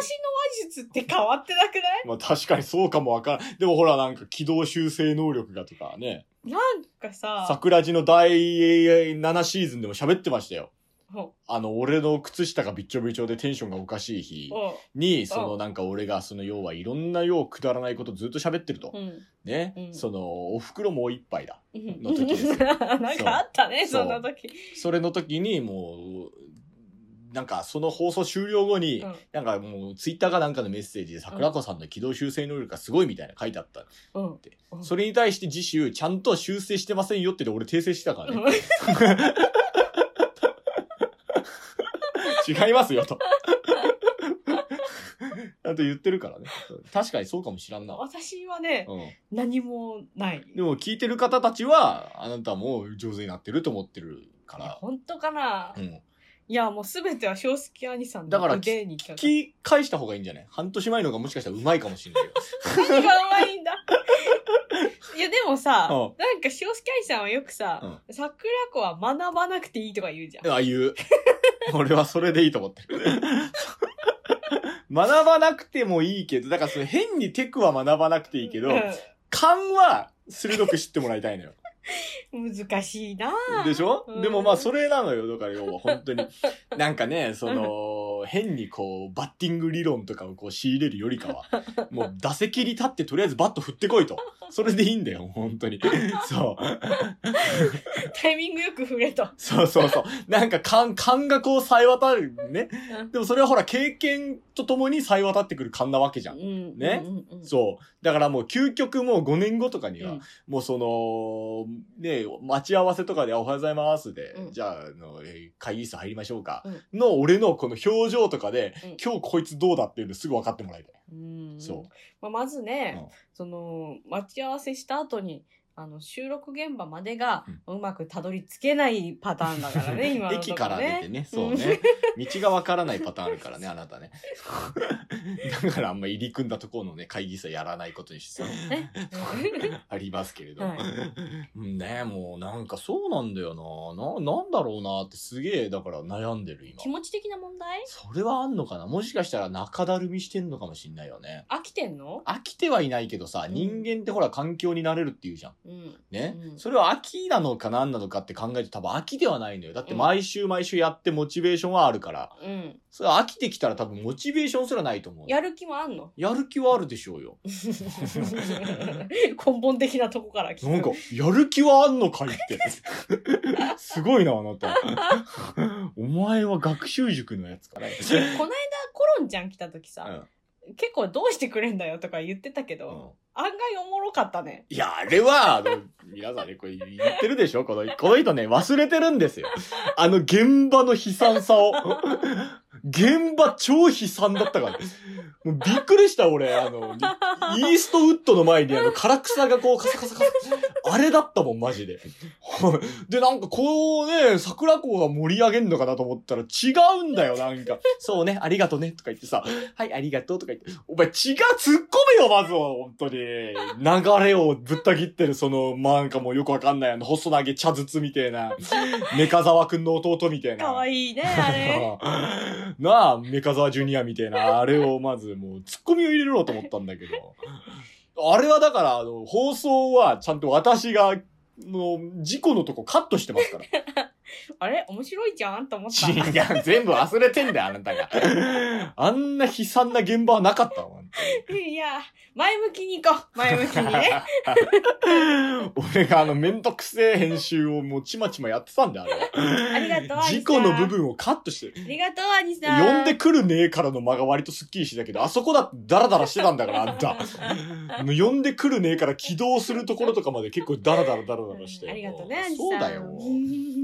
C: 術って変わってなくない
A: まあ確かにそうかもわからん。でもほら、なんか軌道修正能力がとかね。
C: なんかさ、
A: 桜地の第7シーズンでも喋ってましたよ。
C: ほ
A: あの、俺の靴下がびっちょびちょでテンションがおかしい日
C: ほ
A: に、その
C: うん
A: なんか俺がその要はいろんなようくだらないことずっと喋ってると
C: う。。うん。
A: ね。
C: うん
A: その、お袋もう一杯だ。
C: うん
A: の時ですよ
C: *laughs* なんかあったね、
A: そう
C: そんな時。
A: それの時にもう、なんかその放送終了後に、
C: うん
A: なんかもうツイッターかなんかのメッセージで桜子さんの軌道修正能力がすごいみたいな書いてあった。
C: うん。うん
A: それに対して次週、ちゃんと修正してませんよってで俺訂正してたからね。違いますよと。 *laughs* あと言ってるからね。確かにそうかもしらんな。
C: *laughs* 私はね、
A: うん、
C: 何もない。
A: でも聞いてる方たちは、あなたも上手になってると思ってるか
C: いや
A: ら。
C: 本当かな
A: う、ん、
C: いや、もうすべては正月兄さん
A: だか
C: の
A: ら
C: 腕にか
A: 聞
C: かる。
A: き返した方がいいんじゃない半年前の方がもしかしたらうまいかもしれない
C: *laughs*
A: よ。
C: 何がうまい
A: *laughs*
C: んだいや、でもさ、
A: う
C: なんか正月兄さんはよくさ、桜子は学ばなくていいとか言うじゃん。
A: ああいう。俺はそれでいいと思ってる。 *laughs* 学ばなくてもいいけど、だからその変にテクは学ばなくていいけど
C: う、
A: 勘は鋭く知ってもらいたいのよ。
C: ん難しいな
A: でしょ
C: *laughs* うん
A: でもまあそれなのよ。だから要は本当
C: *laughs*
A: に。なんかね、その、変にこう、バッティング理論とかをこう仕入れるよりかは、もう打席に立ってとりあえずバット振ってこいと。それでいいんだよ、本当に。そう。
C: タイミングよく触れと。
A: そうそうそう。なんか勘、勘がこう、さえ渡るね。でもそれはほら、経験とともにさえ渡ってくる勘なわけじゃん。
C: ん
A: ね
C: うんうんうん
A: そう。だからもう究極もう5年後とかには、
C: うん
A: もうその、ね、待ち合わせとかであおはようございますで、
C: うん
A: じゃあ、あの、えー会議室入りましょうか。
C: う
A: の、俺のこの表情とかで、
C: うん
A: 今日こいつどうだっていうのすぐ分かってもらいたい。
C: うん
A: そう
C: まあ、まずね、
A: うん
C: その待ち合わせした後にあの収録現場までがうまくたどり着けないパターンだからね今のと
A: *laughs* 駅
C: こ
A: から
C: ろ
A: 出て
C: ね。
A: ね、そうね。道がわからないパターンあるからね、あなたね。だからあんま入り組んだところのね、会議室はやらないことに
C: *laughs*
A: して
C: ね
A: *laughs* ありますけれど。
C: はい
A: うんねもうなんかそうなんだよな。な、なんだろうなってすげえ、だから悩んでる今
C: 気。持ち的な問題
A: それはあんのかなもしかしたら中だるみしてんのかもしんないよね。
C: 飽きてんの
A: 飽きてはいないけどさ、
C: うん
A: 人間ってほら環境になれるって言うじゃん。
C: うん。
A: ね、
C: うん
A: それは飽きなのか何なのかって考えて多分飽きではないのよ。だって
C: うん
A: 毎週毎週やってモチベーションはあるから。
C: うん。
A: それ飽きてきたら多分モチベーションすらないと思う。
C: やる気もあ
A: *laughs*
C: んの *laughs*
A: やる気はあるでしょうよ。
C: 根本的なとこから来て
A: なんか、やる気はあんのかいって。 *laughs* すごいな、あな
C: *laughs*
A: た。お前は学習塾のやつか
C: *laughs*
A: な。
C: この間コロンちゃん来た時さ、結構どうしてくれんだよとか言ってたけ
A: う
C: ど、
A: んうん
C: 案外おもろかったね。
A: いや、あれは、あの、皆さんね、これ言ってるでしょこの、この人ね、忘れてるんですよ。あの、現場の悲惨さを。現場超悲惨だったから。もうびっくりした、俺。あの、イーストウッドの前に、あの、唐草がこう、カサカサカサ。あれだったもん、マジで。で、なんかこうね、桜子が盛り上げんのかなと思ったら違うんだよ、なんか。そうね、ありがとね、とか言ってさ、はい、ありがとうとか言って、お前違う、突っ込めよ、まずは、本当に。流れをぶった切ってる、その、なんかもうよくわかんない、あの、細投げ茶筒みたいな、メカザワくんの弟みたいな。
C: かわいい
A: *laughs*
C: ね、あれ。
A: なあ、メカザワジュニアみたいな、あれをまずもう、ツッコミを入れろと思ったんだけど。あれはだから、あの、放送はちゃんと私が、の、事故のとこカットしてますから。
C: あれ面白いじゃんと思った。
A: *laughs* 違う、全部忘れてんだよ、あなたが。あんな悲惨な現場はなかったわ。
C: *laughs* いや、前向きに行こう。前向きに
A: *laughs*
C: ね。
A: 俺があの、めんどくせえ編集をもうちまちまやってたんだよ、 *laughs* あれは。
C: ありがとう、
A: 事故の部
C: あ
A: 分をカットしてる。
C: りがとう、アニさん。
A: 呼んでくるねえからの間が割とスッキリしてたけど、あそこだってダラダラしてたんだから、あん
C: *laughs*
A: た。もう呼んでくるねえから起動するところとかまで結構ダラダラダラダラして。
C: うんありがとう
A: も
C: ね、アニさん。
A: そう
C: *laughs*
A: だよ。も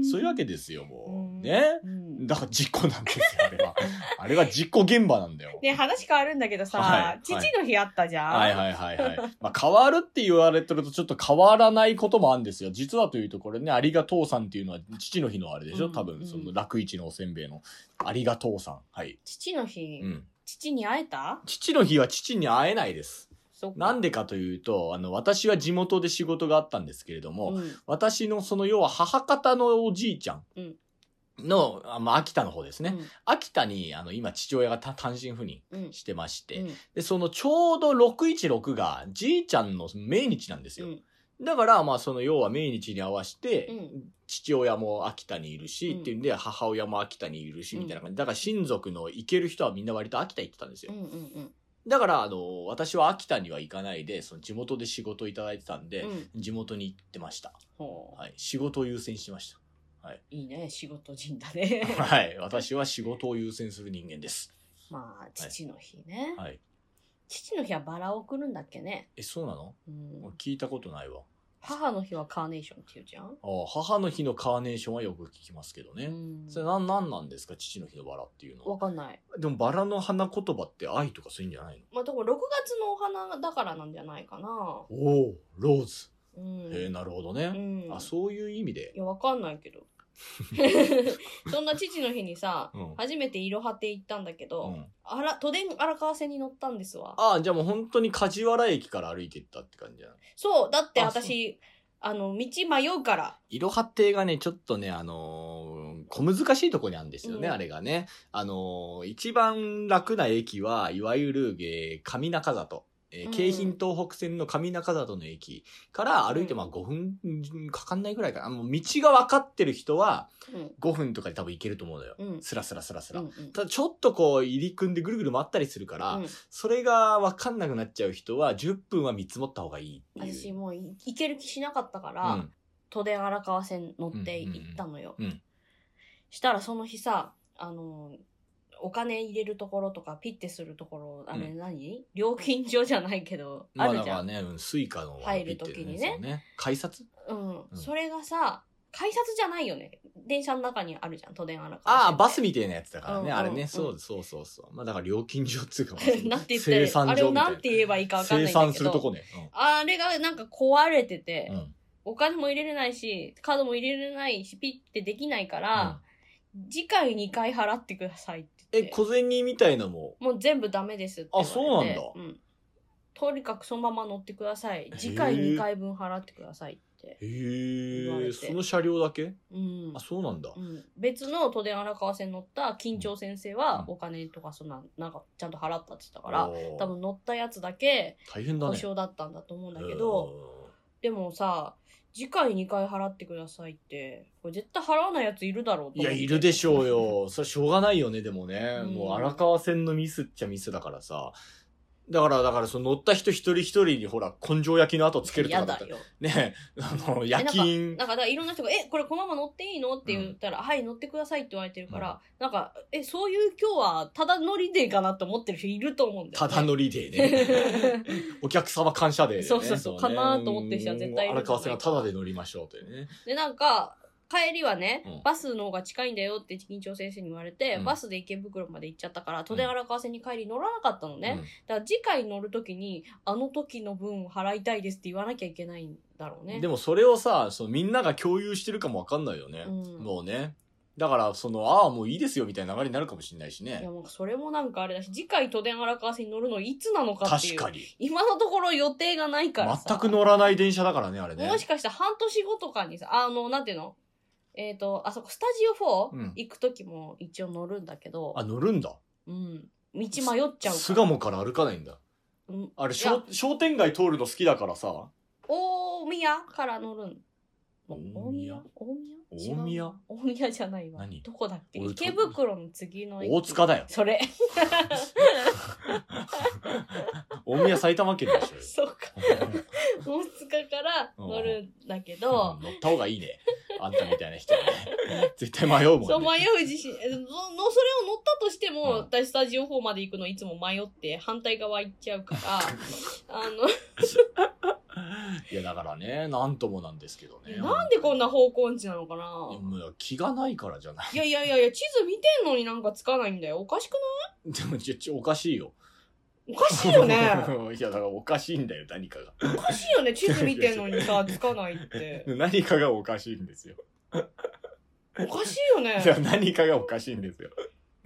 A: うそういうわけ
C: け。
A: ですよ、も
C: うん
A: う。ね。
C: うん
A: だから事故なんですよ、あれ
C: *laughs*
A: は。あれは事故現場なんだよ。
C: ね話変わるんだけどさ、
A: はい
C: 父の日あったじゃん。
A: はいはいはいはい。まあ変わるって言われてるとちょっと変わらないこともあるんですよ。実はというとこれね、ありがとうさんっていうのは父の日のあれでしょ、
C: うん
A: 多分、その楽市のおせんべいの。ありがとうさん。はい。
C: 父の日、
A: うん。
C: 父に会えた
A: 父の日は父に会えないです。
C: そっか
A: なんでかというと、あの、私は地元で仕事があったんですけれども、
C: うん
A: 私のその要は母方のおじいちゃん
C: うん
A: の、あまあ、秋田の方ですね。
C: うん
A: 秋田に、あの、今父親がた単身赴任
C: うん
A: してまして、
C: うん
A: で、そのちょうど616がじいちゃんの命日なんですよ。
C: うん
A: だから、まあ、その要は命日に合わせて、
C: うん
A: 父親も秋田にいるし、
C: うん
A: っていうんで、母親も秋田にいるし、みたいな感じ。だから親族の行ける人はみんな割と秋田行ってたんですよ。
C: うんうん
A: だから、あの、私は秋田には行かないで、その地元で仕事をいただいてたんで、
C: うんうん
A: 地元に行ってました。
C: ほう
A: はい。仕事を優先してまし
C: いいね仕事人だね *laughs*
A: た。はい。私は仕事を優先する人間です。
C: まあ父の日ね、
A: はい。
C: 父の日はバラを送るんだっけね、
A: え、そうなの
C: うん、
A: 聞いたことないわ。
C: 母の日はカーネーションっていうじゃん、
A: ああ母の日のカーネーションはよく聞きますけどね。
C: うん、
A: それなん、なんなんですか父の日のバラっていうの
C: わ
A: は。
C: かんない、
A: でもバラの花言葉って愛とかそういうんじゃないの
C: まあ、だから6月のお花だからなんじゃないかな
A: おおローズ。
C: うん、
A: へえ、なるほど
C: う
A: ね。
C: ん、
A: あ、そういう意味で
C: い。やわかんないけ
A: *laughs*
C: ど *laughs* そんな父の日にさ、
A: うん
C: 初めていろはて行ったんだけ
A: う
C: ど、
A: ん。
C: あら都電荒川線に乗ったんですわ
A: ああ、じゃあもう本当に梶原駅から歩いてったって感じじゃない
C: そうだって
A: あ
C: 私あの道迷うから
A: いろは亭がね、ちょっとね、あのー小難しいとこにあるんですよね、
C: うん
A: あれがね。あのー一番楽な駅は、いわゆる、えー上中里。えー
C: うん
A: 京浜東北線の上中里の駅から歩いて
C: うん
A: まあ5分うんかかんないぐらいかな。もう道が分かってる人は
C: うん
A: 5分とかで多分行けると思うのよ。
C: うん
A: スラスラスラス
C: う
A: ラ。
C: んうん
A: ただちょっとこう入り組んでぐるぐる回ったりするから、
C: うん
A: それが分かんなくなっちゃう人は10分は見積もった方がいいっていう。
C: 私もうい行ける気しなかったか
A: う
C: ら、
A: ん。
C: 都電荒川線乗って行ったのよ、
A: うんうんうんうん
C: したらその日さあのお金入れるところとかピッてするところあれ
A: う
C: 何、料金所じゃないけど、
A: ま
C: あ
A: あ
C: る
A: だ
C: じ
A: から
C: ゃん、
A: ね、うんスイカの
C: 入る時にね
A: そうね改札
C: う
A: う
C: ん
A: ん
C: それがさ改札じゃないよね電車の中にあるじゃん都電荒川線
A: ああ、バスみたいなやつだからね。
C: うん
A: あれ
C: うんう
A: ね、
C: ん
A: そうそうそうそう。まあだから料金所っつうか、
C: *laughs* なんて言ったら
A: 生
C: いいあ
A: 産
C: れ
A: 所
C: を
A: みた
C: ないんて言えばいいか
A: な。
C: わかん
A: 生
C: ないんだ
A: 産
C: け
A: するとこ
C: ど
A: ね。
C: あれがなんか壊れてて、
A: うん。うん
C: お金も入れれないし、カードも入れれないし、ピッてできないから、次回2回払ってくださいって言
A: え、
C: って。
A: 小銭みたいなも。
C: もう全部ダメですって
A: あそうなんだ
C: うん。とにかくそのまま乗ってください。次回2回分払ってくださいって。
A: へ
C: 言わ
A: え、
C: れて
A: その車両だけ
C: うん
A: あ、。そうなんだ。
C: うん、別の都電荒川線乗った金城先生は
A: うん
C: お金とかそんな、なんかちゃんと払ったって言ってたから、
A: おー
C: 多分乗ったやつだけ
A: 大変だ
C: 故
A: ね。
C: 障だったんだと思うんだけど、
A: うん
C: でもさ、次回2回払ってくださいって、これ絶対払わないやついるだろうと
A: い
C: 思っ
A: や、
C: て
A: いるでしょう。
C: *laughs*
A: よ。それしょうがないよね、でもね。
C: うん
A: もう荒川線のミスっちゃミスだからさ。だから、だから、その乗った人一人一人にほら、根性焼きの後つけるとか
C: 嫌
A: だっ
C: だ
A: たら。
C: よ。
A: ねえ、あの、夜
C: なん
A: 勤。
C: か、だからいろんな人が、え、これこのまま乗っていいのって言ったら、はい、乗ってくださいって言われてるから、なんか、え、そういう今日はただ乗りでかなと思ってる人いると思うんだよ、
A: た
C: ね。
A: だ乗りで
C: *laughs*
A: ね。お客様感謝デーで、ね。
C: そうそうそう
A: ね
C: かなと思ってる人は絶対いる
A: うん荒川線はただで乗りましょうというね。
C: *laughs* で、なんか、帰りはね、
A: うん
C: バスの方が近いんだよって緊張先生に言われて、
A: うん
C: バスで池袋まで行っちゃったから、都電荒川線に帰り乗らなかったのね。
A: うん
C: だから次回乗るときに、あの時の分払いたいですって言わなきゃいけないんだろうね。
A: でもそれをさ、そのみんなが共有してるかもわかんないよね。
C: うん
A: もうね。だから、その、ああ、もういいですよみたいな流れになるかもしれないし
C: い
A: ね
C: や。もうそれもなんかあれだし、次回都電荒川線に乗るのいつなのかってい
A: 確か
C: う。
A: に。
C: 今のところ予定がないからさ。
A: 全く乗らない電車だからね、あれね。
C: もしかしたら半年後とかにさ、あの、なんていうのえっ、と、あそこ、スタジオ
A: う
C: 4
A: ん
C: 行くときも一応乗るんだけど、
A: あ、乗るんだ。
C: うん。道迷っちゃうから。
A: 巣鴨から歩かないんだ。
C: うん、
A: あれ、
C: い
A: 商
C: や
A: 商店街通るの好きだから
C: *laughs*
A: さ。
C: 大宮から乗るん。
A: 大
C: 大
A: 宮
C: 宮大宮
A: 大宮
C: 違う大宮じゃないわ。
A: 何
C: どこだっけ
A: 俺と
C: 池袋の次の駅
A: 大塚だよ。
C: それ。 *laughs*
A: 大宮埼玉県でし
C: *laughs*
A: ょ。 *laughs*
C: そうか。大塚から乗るんだけど
A: う、ん乗った方がいいね。あんたみたいな人はね。絶対迷う
C: *laughs* そ
A: も
C: うん迷
A: ね。
C: う自信、えののそれを乗ったとしても、
A: うん
C: 私スタジオ4まで行くのいつも迷って反対側行っちゃうから、
A: *laughs*
C: あ
A: いや、だからね、なんともなんですけどね。
C: の、なんでこんな
A: 本
C: 方向音痴なのか
A: 当に
C: な
A: もう気がないからじゃない。
C: いやいやいやいや、地図見てんのになんかつかないんだよ。おかしく
A: でも、ちょ、ちょおかしいよ。
C: ないおかし
A: *laughs*
C: いよね。
A: いや、だからおかしいんだよ、何かが。
C: おかしいよね。地図見てんのにさ、つかないって。
A: 何かがおかしいんですよ。
C: おかしいよね
A: い。や、何かがおかしいんですよ。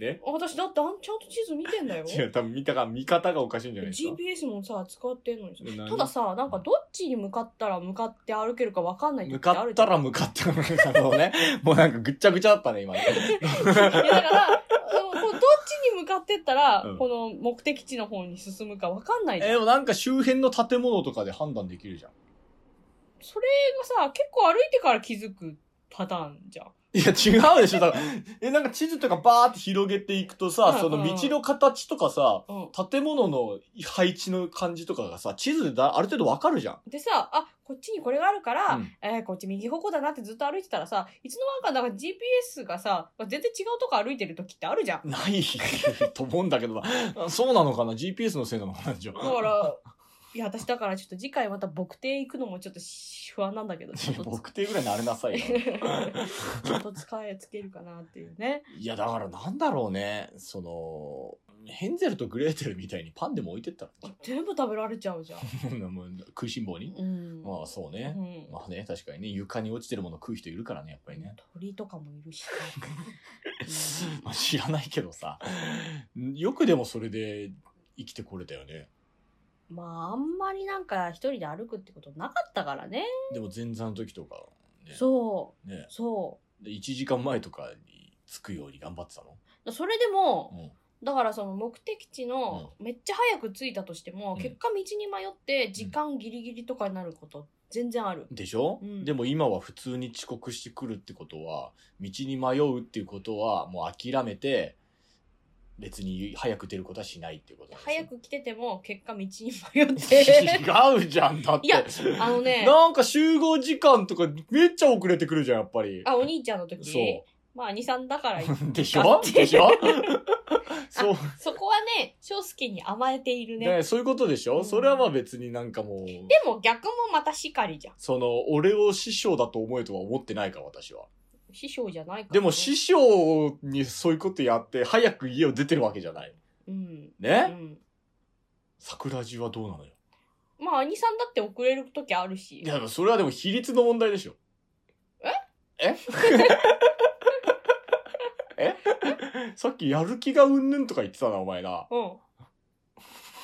A: ね
C: 私だってあんちゃんと地図見てんだ
A: *laughs*
C: よ。
A: いや、多分見たか、見方がおかしいんじゃないですか。
C: GPS もさ、使ってんのにさ。
A: 何
C: たださ、なんかどっちに向かったら向かって歩けるかわかんない時
A: 向
C: ってあ
A: か
C: る
A: っ
C: じゃ
A: た
C: ん
A: ら向かってもあの
C: *laughs*
A: ね、もうなんかぐっちゃぐちゃだったね、今ね。
C: いやだから、でもこうどっちに向かってったら、
A: うん
C: この目的地の方に進むか分かんないじゃん
A: え、でもなんか周辺の建物とかで判断できるじゃん。
C: それがさ、結構歩いてから気づくパターンじゃん。
A: いや、違うでしょ。だから、え、なんか地図とかバーって広げていくと
C: うん
A: さ
C: う、ん
A: その道の形とかさ、
C: うん。
A: 建物の配置の感じとかがさ、地図でだある程度わかるじゃん。
C: でさ、あ、こっちにこれがあるから、
A: うん
C: えーこっち右方向だなってずっと歩いてたらさ、いつの間にかなんか GPS がさ、全然違うとこ歩いてる時ってあるじゃん。
A: ないと思うんだけどな。そうなのかな ?GPS のせいなのかなじゃ
C: だから、いや、私だからちょっと次回また僕邸行くのもちょっと不安なんだけど、ちょっとつ
A: 僕ってぐらいなれなさいよ。
C: ちょっと使えつけるかなっていうね。
A: いや、だからなんだろうね。その、ヘンゼルとグレーテルみたいにパンでも置いてったら、
C: 全部食べられちゃうじゃん。
A: もう食いしん坊に。
C: う
A: *laughs*
C: ん。
A: まあそうね。
C: うん
A: まあね、確かにね、床に落ちてるもの食う人いるからね、やっぱりね。
C: 鳥とかもいるし、
A: まあ知らないけどさ。よくでもそれで生きてこれたよね。
C: うんまああんまりなんか一人で歩くってことなかったからね
A: でも前座の時とか、ね。
C: そ
A: ね
C: う。そ
A: で1時間前とかに着くように頑張ってたの。
C: うそれでも
A: うん。
C: だからその目的地のめっちゃ早く着いたとしても、
A: うん
C: 結果道に迷って時間ギリギリとかになること全然ある、
A: でしょ、
C: うん
A: でも今は普通に遅刻してくるってことは道に迷うっていうことはもう諦めて別に早く出ることはしないっていうことなんですよ
C: 早く来てても結果道に迷っ
A: *laughs*
C: て
A: 違うじゃんだって
C: いやあのね
A: なんか集合時間とかめっちゃ遅れてくるじゃんやっぱり
C: あお兄ちゃんの時
A: そ
C: *laughs* まあ23だからいい
A: *laughs* うでし
C: だ
A: ょ
C: って
A: でしょ *laughs* そう
C: そこはね翔介に甘えているね
A: ねそういうことでしょ、
C: うん
A: それはまあ別になんかもう
C: でも逆もまたしかりじゃん
A: その俺を師匠だと思えとは思ってないから私は
C: 師匠じゃないから、ね、
A: でも師匠にそういうことやって早く家を出てるわけじゃない
C: うん
A: ね、
C: うん
A: 桜地はどうなのよ
C: まあ、兄さんだって遅れる時あるし。
B: いや、それはでも比率の問題でしょ。え *laughs* え *laughs* えさっきやる気がうんぬんとか言ってたな、お前な。
C: うん。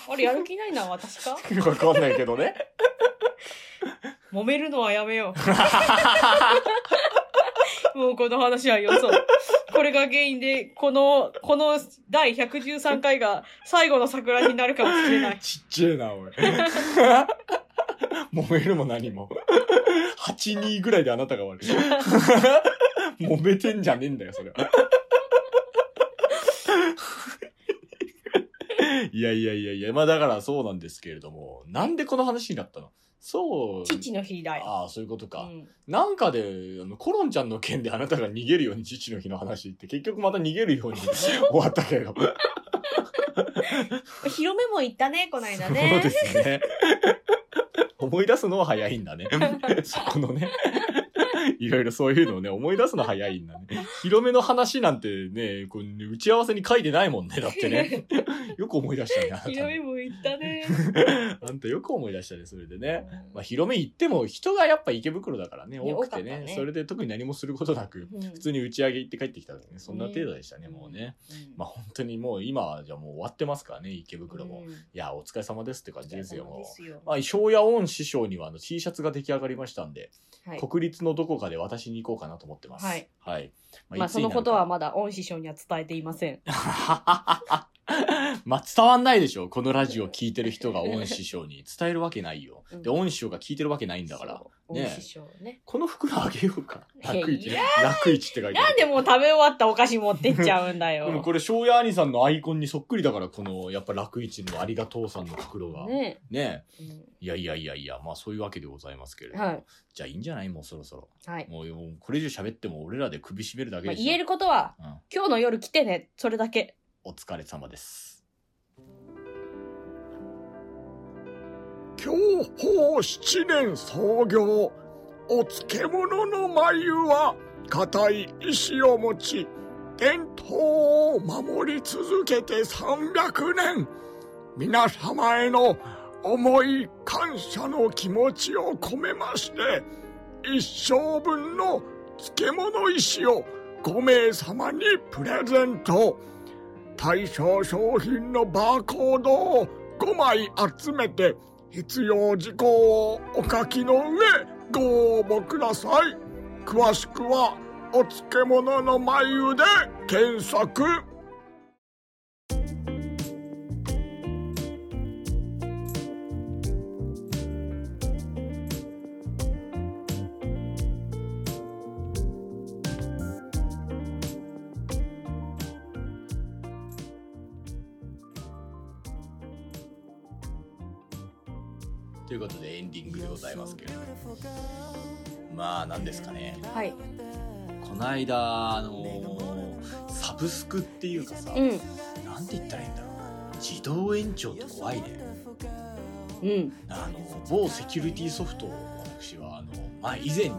C: あれ、やる気ないな、私か
B: わかんないけどね。
C: 揉めるのはやめよう。もうこの話はよそう。これが原因で、この、この第113回が最後の桜になるかもしれない。
B: *laughs* ちっちゃいな、おい。揉めるも何も。8、2ぐらいであなたが悪い。 *laughs* 揉めてんじゃねえんだよ、それは。 *laughs* いやいやいやいや、まあだからそうなんですけれども、なんでこの話になったのそう。
C: 父の日だよ。
B: ああ、そういうこと
C: う
B: か。
C: ん、
B: なんかで、あの、コロンちゃんの件であなたが逃げるように父の日の話って、結局また逃げるように終わったけど。
C: 広めも行ったね、この間
B: そうで
C: ね。
B: す
C: *laughs*
B: ね。思い出すのは早いんだね。そこのね。いろいろそういうのをね、思い出すの早いんだね。広めの話なんてね、こうね打ち合わせに書いてないもんね、だっ
C: *laughs*
B: てね。よく思い出したね、あなた
C: 広め
B: ね。
C: も行ったね。
B: あんたよく思い出したね、それでね。まあ、広め行っても人がやっぱ池袋だからね、
C: ね
B: 多くて
C: 多かった
B: ね。
C: ね
B: それで特に何もすることなく、
C: うん
B: 普通に打ち上げ行って帰ってきたのね。そんな程度でしたね、
C: うん
B: もうね。まあ本当にもう今はじゃあもう終わってますからね、池袋も。
C: う
B: い
C: ん
B: や、お疲れ様ですって感じですよ、
C: お疲れ様
B: もう
C: で。すよ
B: まあ、庄屋恩師匠にはあの T シャツが出来上がりましたんで、
C: はい。
B: 国立のどこかで私に行こうかなと思ってます。
C: はい。
B: はい。
C: まあ、そのことはまだ恩師匠には伝えていません。
B: あ、まあ、伝わんないでしょ。このラジオ聞いてる人が恩師匠に伝えるわけないよ。
C: うん
B: で、恩師匠が聞いてるわけないんだから
C: そ。う。
B: ね
C: 恩師匠ね。
B: この袋あげようか。
C: いや
B: 楽市。
C: いら
B: 楽市って書いてある。
C: なんでもう食べ終わったお菓子持ってっちゃうんだ
B: でも
C: よ。
B: これ、庄屋兄さんのアイコンにそっくりだから、この、やっぱ楽市のありがとうさんの袋が。ね
C: ね
B: え。
C: うん
B: いやいやいやいや、まあそういうわけでございますけれども。
C: はい
B: じゃあいいんじゃないもうそろそろ。
C: はい。
B: もうもうこれ以上喋っても俺らで首絞めるだけ
C: まあ、
B: でしょ。
C: 言えることは、
B: うん
C: 今日の夜来てね、それだけ。
B: お疲れ様です。享保七年創業、お漬物の眉は固い意志を持ち、伝統を守り続けて300年、皆様への思い感謝の気持ちを込めまして、一生分の漬物石を5名様にプレゼント。対象商品のバーコードを5枚集めて必要事項をお書きの上ご応募ください詳しくは「お漬物の眉」で検索ということでエンディングでございますけれどまあ何ですかね
C: はい。
B: この間あのサブスクっていうかさ、
C: うん。
B: なんて言ったらいいんだろうな自動延長って怖いね
C: うん。
B: あの某セキュリティソフトを私はあの前以前に
C: う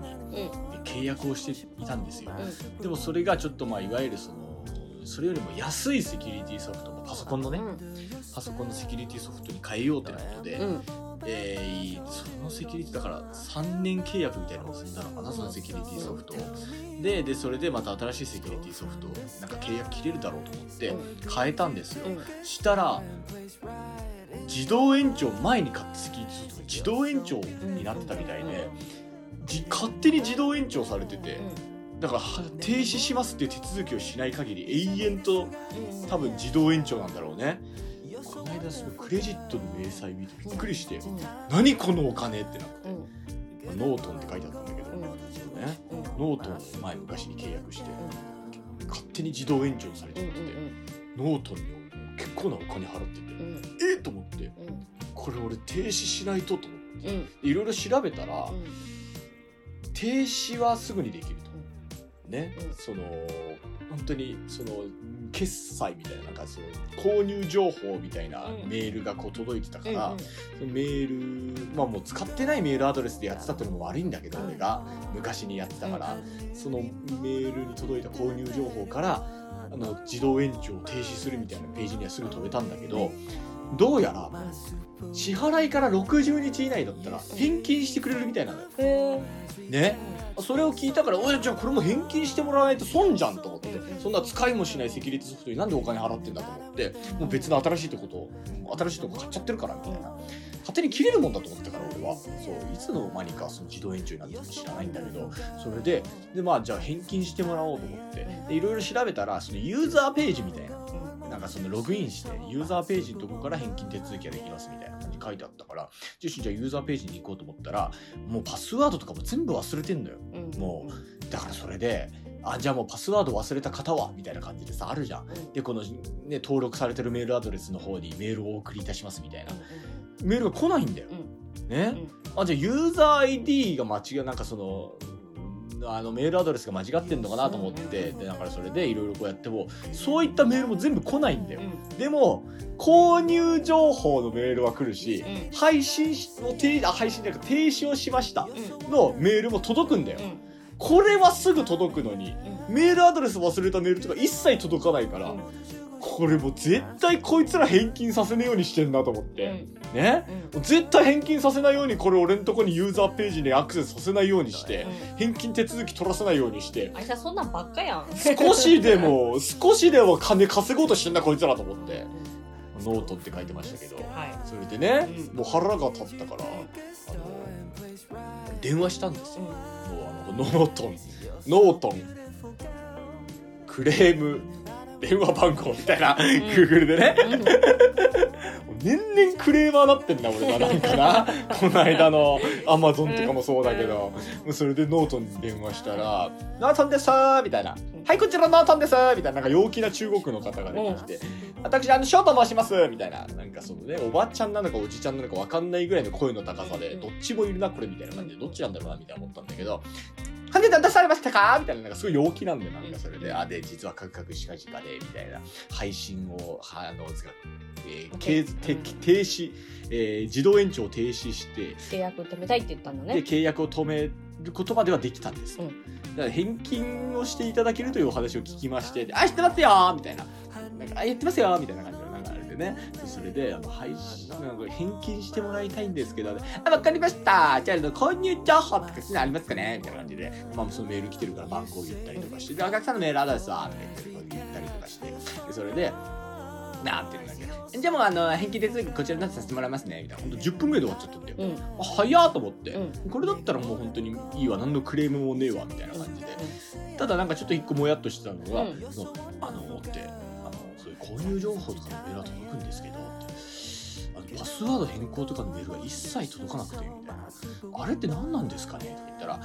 C: ん。
B: 契約をしていたんですよ、
C: う
B: でもそれがちょっとまあいわゆるそのそれよりも安いセキュリティソフトパソコンのね、パソコンのセキュリティソフトに変えようってなことで、
C: うん。
B: えーそのセキュリティだから3年契約みたいなのを結んだのかなそのセキュリティソフトをででそれでまた新しいセキュリティソフトをなんか契約切れるだろうと思って変えたんですよ、
C: うん。
B: したら自動延長前に買ったセキュリティソフトが自動延長になってたみたいで、じ勝手に自動延長されてて、だからは停止しますっていう手続きをしない限り永遠と多分自動延長なんだろうねこの間そのクレジットの明細見てびっくりして「何このお金!」ってなって、
C: うん。
B: まあノートンって書いてあったんだけど、
C: うん
B: ね
C: うん。
B: ノートン前昔に契約して勝手に自動延長されちゃってて、ノートンに結構なお金払ってて、えっと思ってこれ俺停止しないとと思っていろいろ調べたら、停止はすぐにできると、ね、
C: うん
B: その本当にその決済みたいななんかその購入情報みたいな
C: うん
B: メールがこう届いてたから、そのメールまあもう使ってないメールアドレスでやってたってのも悪いんだけど俺が昔にやってたから、そのメールに届いた購入情報からあの自動延長を停止するみたいなページにはすぐ飛べたんだけど
A: どうやら支払いから60日以内だったら返金してくれるみたいなのよ
C: へえ
A: ねそれを聞いたから「おいじゃあこれも返金してもらわないと損じゃん」と思ってそんな使いもしないセキュリティソフトになんでお金払ってんだと思ってもう別の新しいとこと新しいとこ買っちゃってるからみたいな勝手に切れるもんだと思ってたから俺はそういつの間にかその自動延長になったの知らないんだけどそれででまあじゃあ返金してもらおうと思ってでいろいろ調べたらそのユーザーページみたいななんかそのログインしてユーザーページのとこから返金手続きができますみたいな感じ書いてあったからジェシーじゃあユーザーページに行こうと思ったらもうパスワードとかも全部忘れてんのよもだからそれであじゃあもうパスワード忘れた方はみたいな感じでさあるじゃんでこの、ね、登録されてるメールアドレスの方にメールをお送りいたしますみたいなメールが来ないんだよ、ね、あじゃあユーザー ID が間違いなんかそのあのメールアドレスが間違ってんのかなと思ってでだからそれでいろいろこうやってもそういったメールも全部来ないんだよでも購入情報のメールは来るし配信を停あ配信じゃなくて停止をしましたのメールも届くんだよこれはすぐ届くのにメールアドレス忘れたメールとか一切届かないからこれもう絶対こいつら返金させねえようにしてんなと思ってね絶対返金させないようにこれ俺のとこにユーザーページにアクセスさせないようにして返金手続き取らせないようにして
C: あいつはそんなんばっかやん
A: 少しでも少しでも金稼ごうとしてんなこいつらと思ってノートって書いてましたけど
C: は
A: それでね
C: うん
A: もう腹が立ったからあの電話したんですよ
C: いうん
A: もうあのノートンノートンクレーム電話番号みたいな、Google でね
C: うん
A: もう年々クレーマーなってんだ俺はなんかなこの間の Amazon とかもそうだけどもうそれでノートンに電話したら「ノートンです」みたいな「はいこちらノートンです」みたいななんか陽気な中国の方が出てきて「私あのショーと申します」みたいななんかそのねおばちゃんなのかおじちゃんなのかわかんないぐらいの声の高さでどっちもいるなこれみたいな感じでどっちなんだろうなみたいな思ったんだけどハンデ出されましたかみたいな、なんかすごい陽気なんで、なんかそれで、あ、で、実はカクカクしかじかで、みたいな、配信を、はあの、つかえー、けて停止、えー自動延長を停止して、
C: 契約止めたいって言ったんだ
A: で、
C: ね
A: 契約を止めることまではできたんです。
C: うん
A: だから返金をしていただけるというお話を聞きまして、であ、知ってますよーみたいな、なんか、あ、やってますよーみたいな感じの流れでね、それで、あの、配信、なんか返金してもらいたいんですけど、あ、わかりましたじゃあ、あの購入情報とかそういうのありますかねみたいな感じで、まあ、そのメール来てるから番号言ったりとかして、で、お客さんのメールアドレスはとか言って言ったりとかして、でそれで、なあっていう感じで、じゃあもう、あの、返金手続きこちらになってさせてもらいますね、みたいな。ほんと10分ぐらいで終わっちゃったんだよ。
C: うん
A: あ早っと思って、
C: う
A: これだったらもう本当にいいわ何のクレームもねえわみたいな感じでただなんかちょっと一個もやっとしてたのが、
C: うん
A: そのあのってあのそういう購入情報とかのメールは届くんですけどってあのパスワード変更とかのメールが一切届かなくてみたいなあれって何なんですかねって言ったら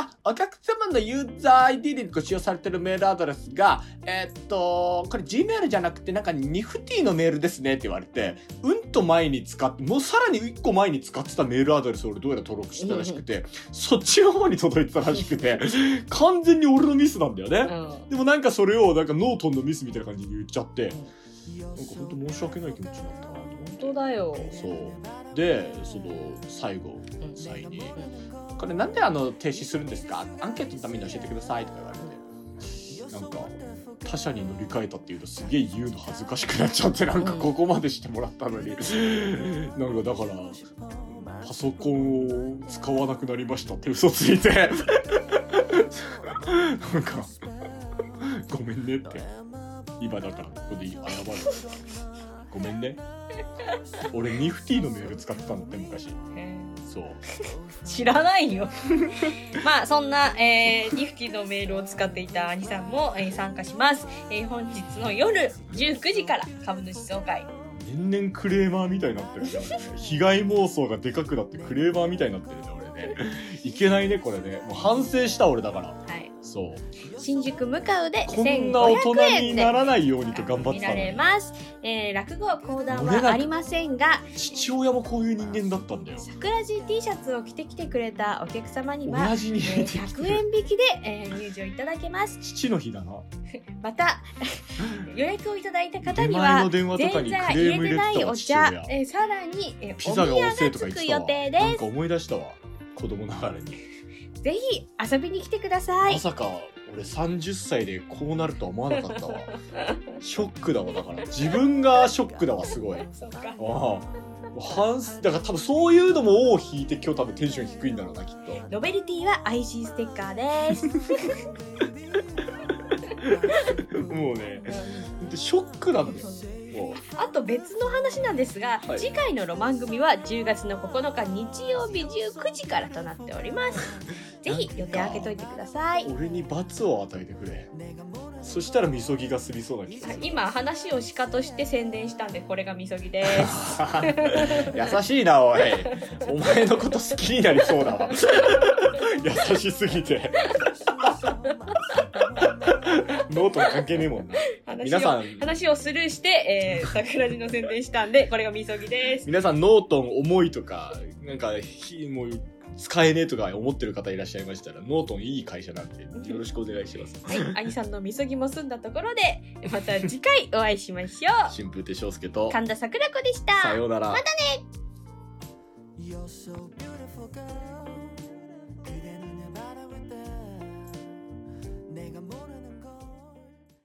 A: あお客様のユーザー ID でご使用されてるメールアドレスが、えーっと、これ Gmail じゃなくて、なんか Nifty のメールですねって言われて、うんと前に使って、もうさらに1個前に使ってたメールアドレスを俺どうやら登録してたらしくて、そっちの方に届いてたらしく
C: *laughs*
A: て、完全に俺のミスなんだよね。
C: うん
A: でもなんかそれをなんかノートンのミスみたいな感じに言っちゃって、なんか本当申し訳ない気持ちになったなと思って。
C: 本当だよ
A: そう。で、その最後
C: う、ん
A: 際に、
C: うん
A: これなんであの停止するんですかアンケートのために教えてくださいとか言われてなんか他社に乗り換えたっていうとすげえ言うの恥ずかしくなっちゃってなんかここまでしてもらったのになんかだからパソコンを使わなくなりましたって嘘ついてなんかごめんねって今だからここで謝るごめんね俺ニフティのメール使ってたのって昔そう
C: 知らないよ *laughs* まあそんな、えー、ニフティのメールを使っていた兄さんも、えー参加します、えー本日の夜19時から株主総会
A: 年々クレーマーみたいになってるね俺ね被害妄想がでかくなってクレーマーみたいになってるね俺ねいけないねこれねもう反省した俺だから
C: はい
A: そう
C: 新宿向かうで
A: こんな大
C: 1500
A: 人に
C: 円で
A: ならないようにと頑張って
C: 見
A: た
C: ら
A: の
C: れ
A: に
C: ます、えー、落語講談
A: 漏れなく
C: はありませんが
A: 父親もこういう人間だったんだよ
C: 桜地 T シャツを着てきてくれたお客様には
A: 同じに
C: えー100円引きで、えー入場いただけます
A: 父の日だな
C: また *laughs* 予約をいただいた方
A: 出
C: に
A: 前
C: は
A: の電話とか
C: 全
A: にクレ
C: 然
A: ー
C: 入
A: ム
C: れて
A: 入
C: な
A: れて
C: い
A: たわ
C: お
A: 父
C: 茶
A: 親、
C: えーさらに、えー
A: ピザが
C: お
A: 遅
C: 土
A: え
C: 産
A: とか
C: つ
A: 言って
C: く
A: たわ
C: 予定
A: なん
C: で
A: か思い出したわ子供ながらに
C: す。ぜひ遊びに来てくださ
A: ま
C: い。
A: さか俺俺30歳でこうなるとは思わなかっ
D: *laughs*
A: たわショックだわだから自分がショックだわすごいあ
C: そうか
A: あ半すだから多分そういうのも尾を引いて今日多分テンション低いんだろうなきっと
C: ノベリティは IC ステッカーです。
D: もうね
A: でショックなんだよもう
C: あと別の話なんですが、
A: はい
C: 次回のロマン組は10月の9日日曜日19時からとなってお
A: *laughs*
C: ります。ぜひ予定開けといてください。
A: 俺に罰を与えてくれそしたらみそぎがすりそうな気がする
C: 今話を鹿として宣伝したんでこれがみそぎです。
D: 優しいなおい
A: お前のこと好きになりそうだわ優しすぎてノートは関係ねえもんな
C: 話
A: *laughs*
C: を
A: 皆さん
C: 話をスル
A: *laughs*
C: ーして、えー、桜地の宣伝したんでこれがみそぎです。
A: 皆さんノートン重いとかなんかひもう使えねえとか思ってる方いらっしゃいましたらノートンいい会社なんでよろしくお願いします
C: はい、兄さんのみそぎも済んだところでまた次回お会いしましょ
A: 春風亭昇介と
C: う。神田桜子でした。
A: さようなら
E: You're so beautiful, girl.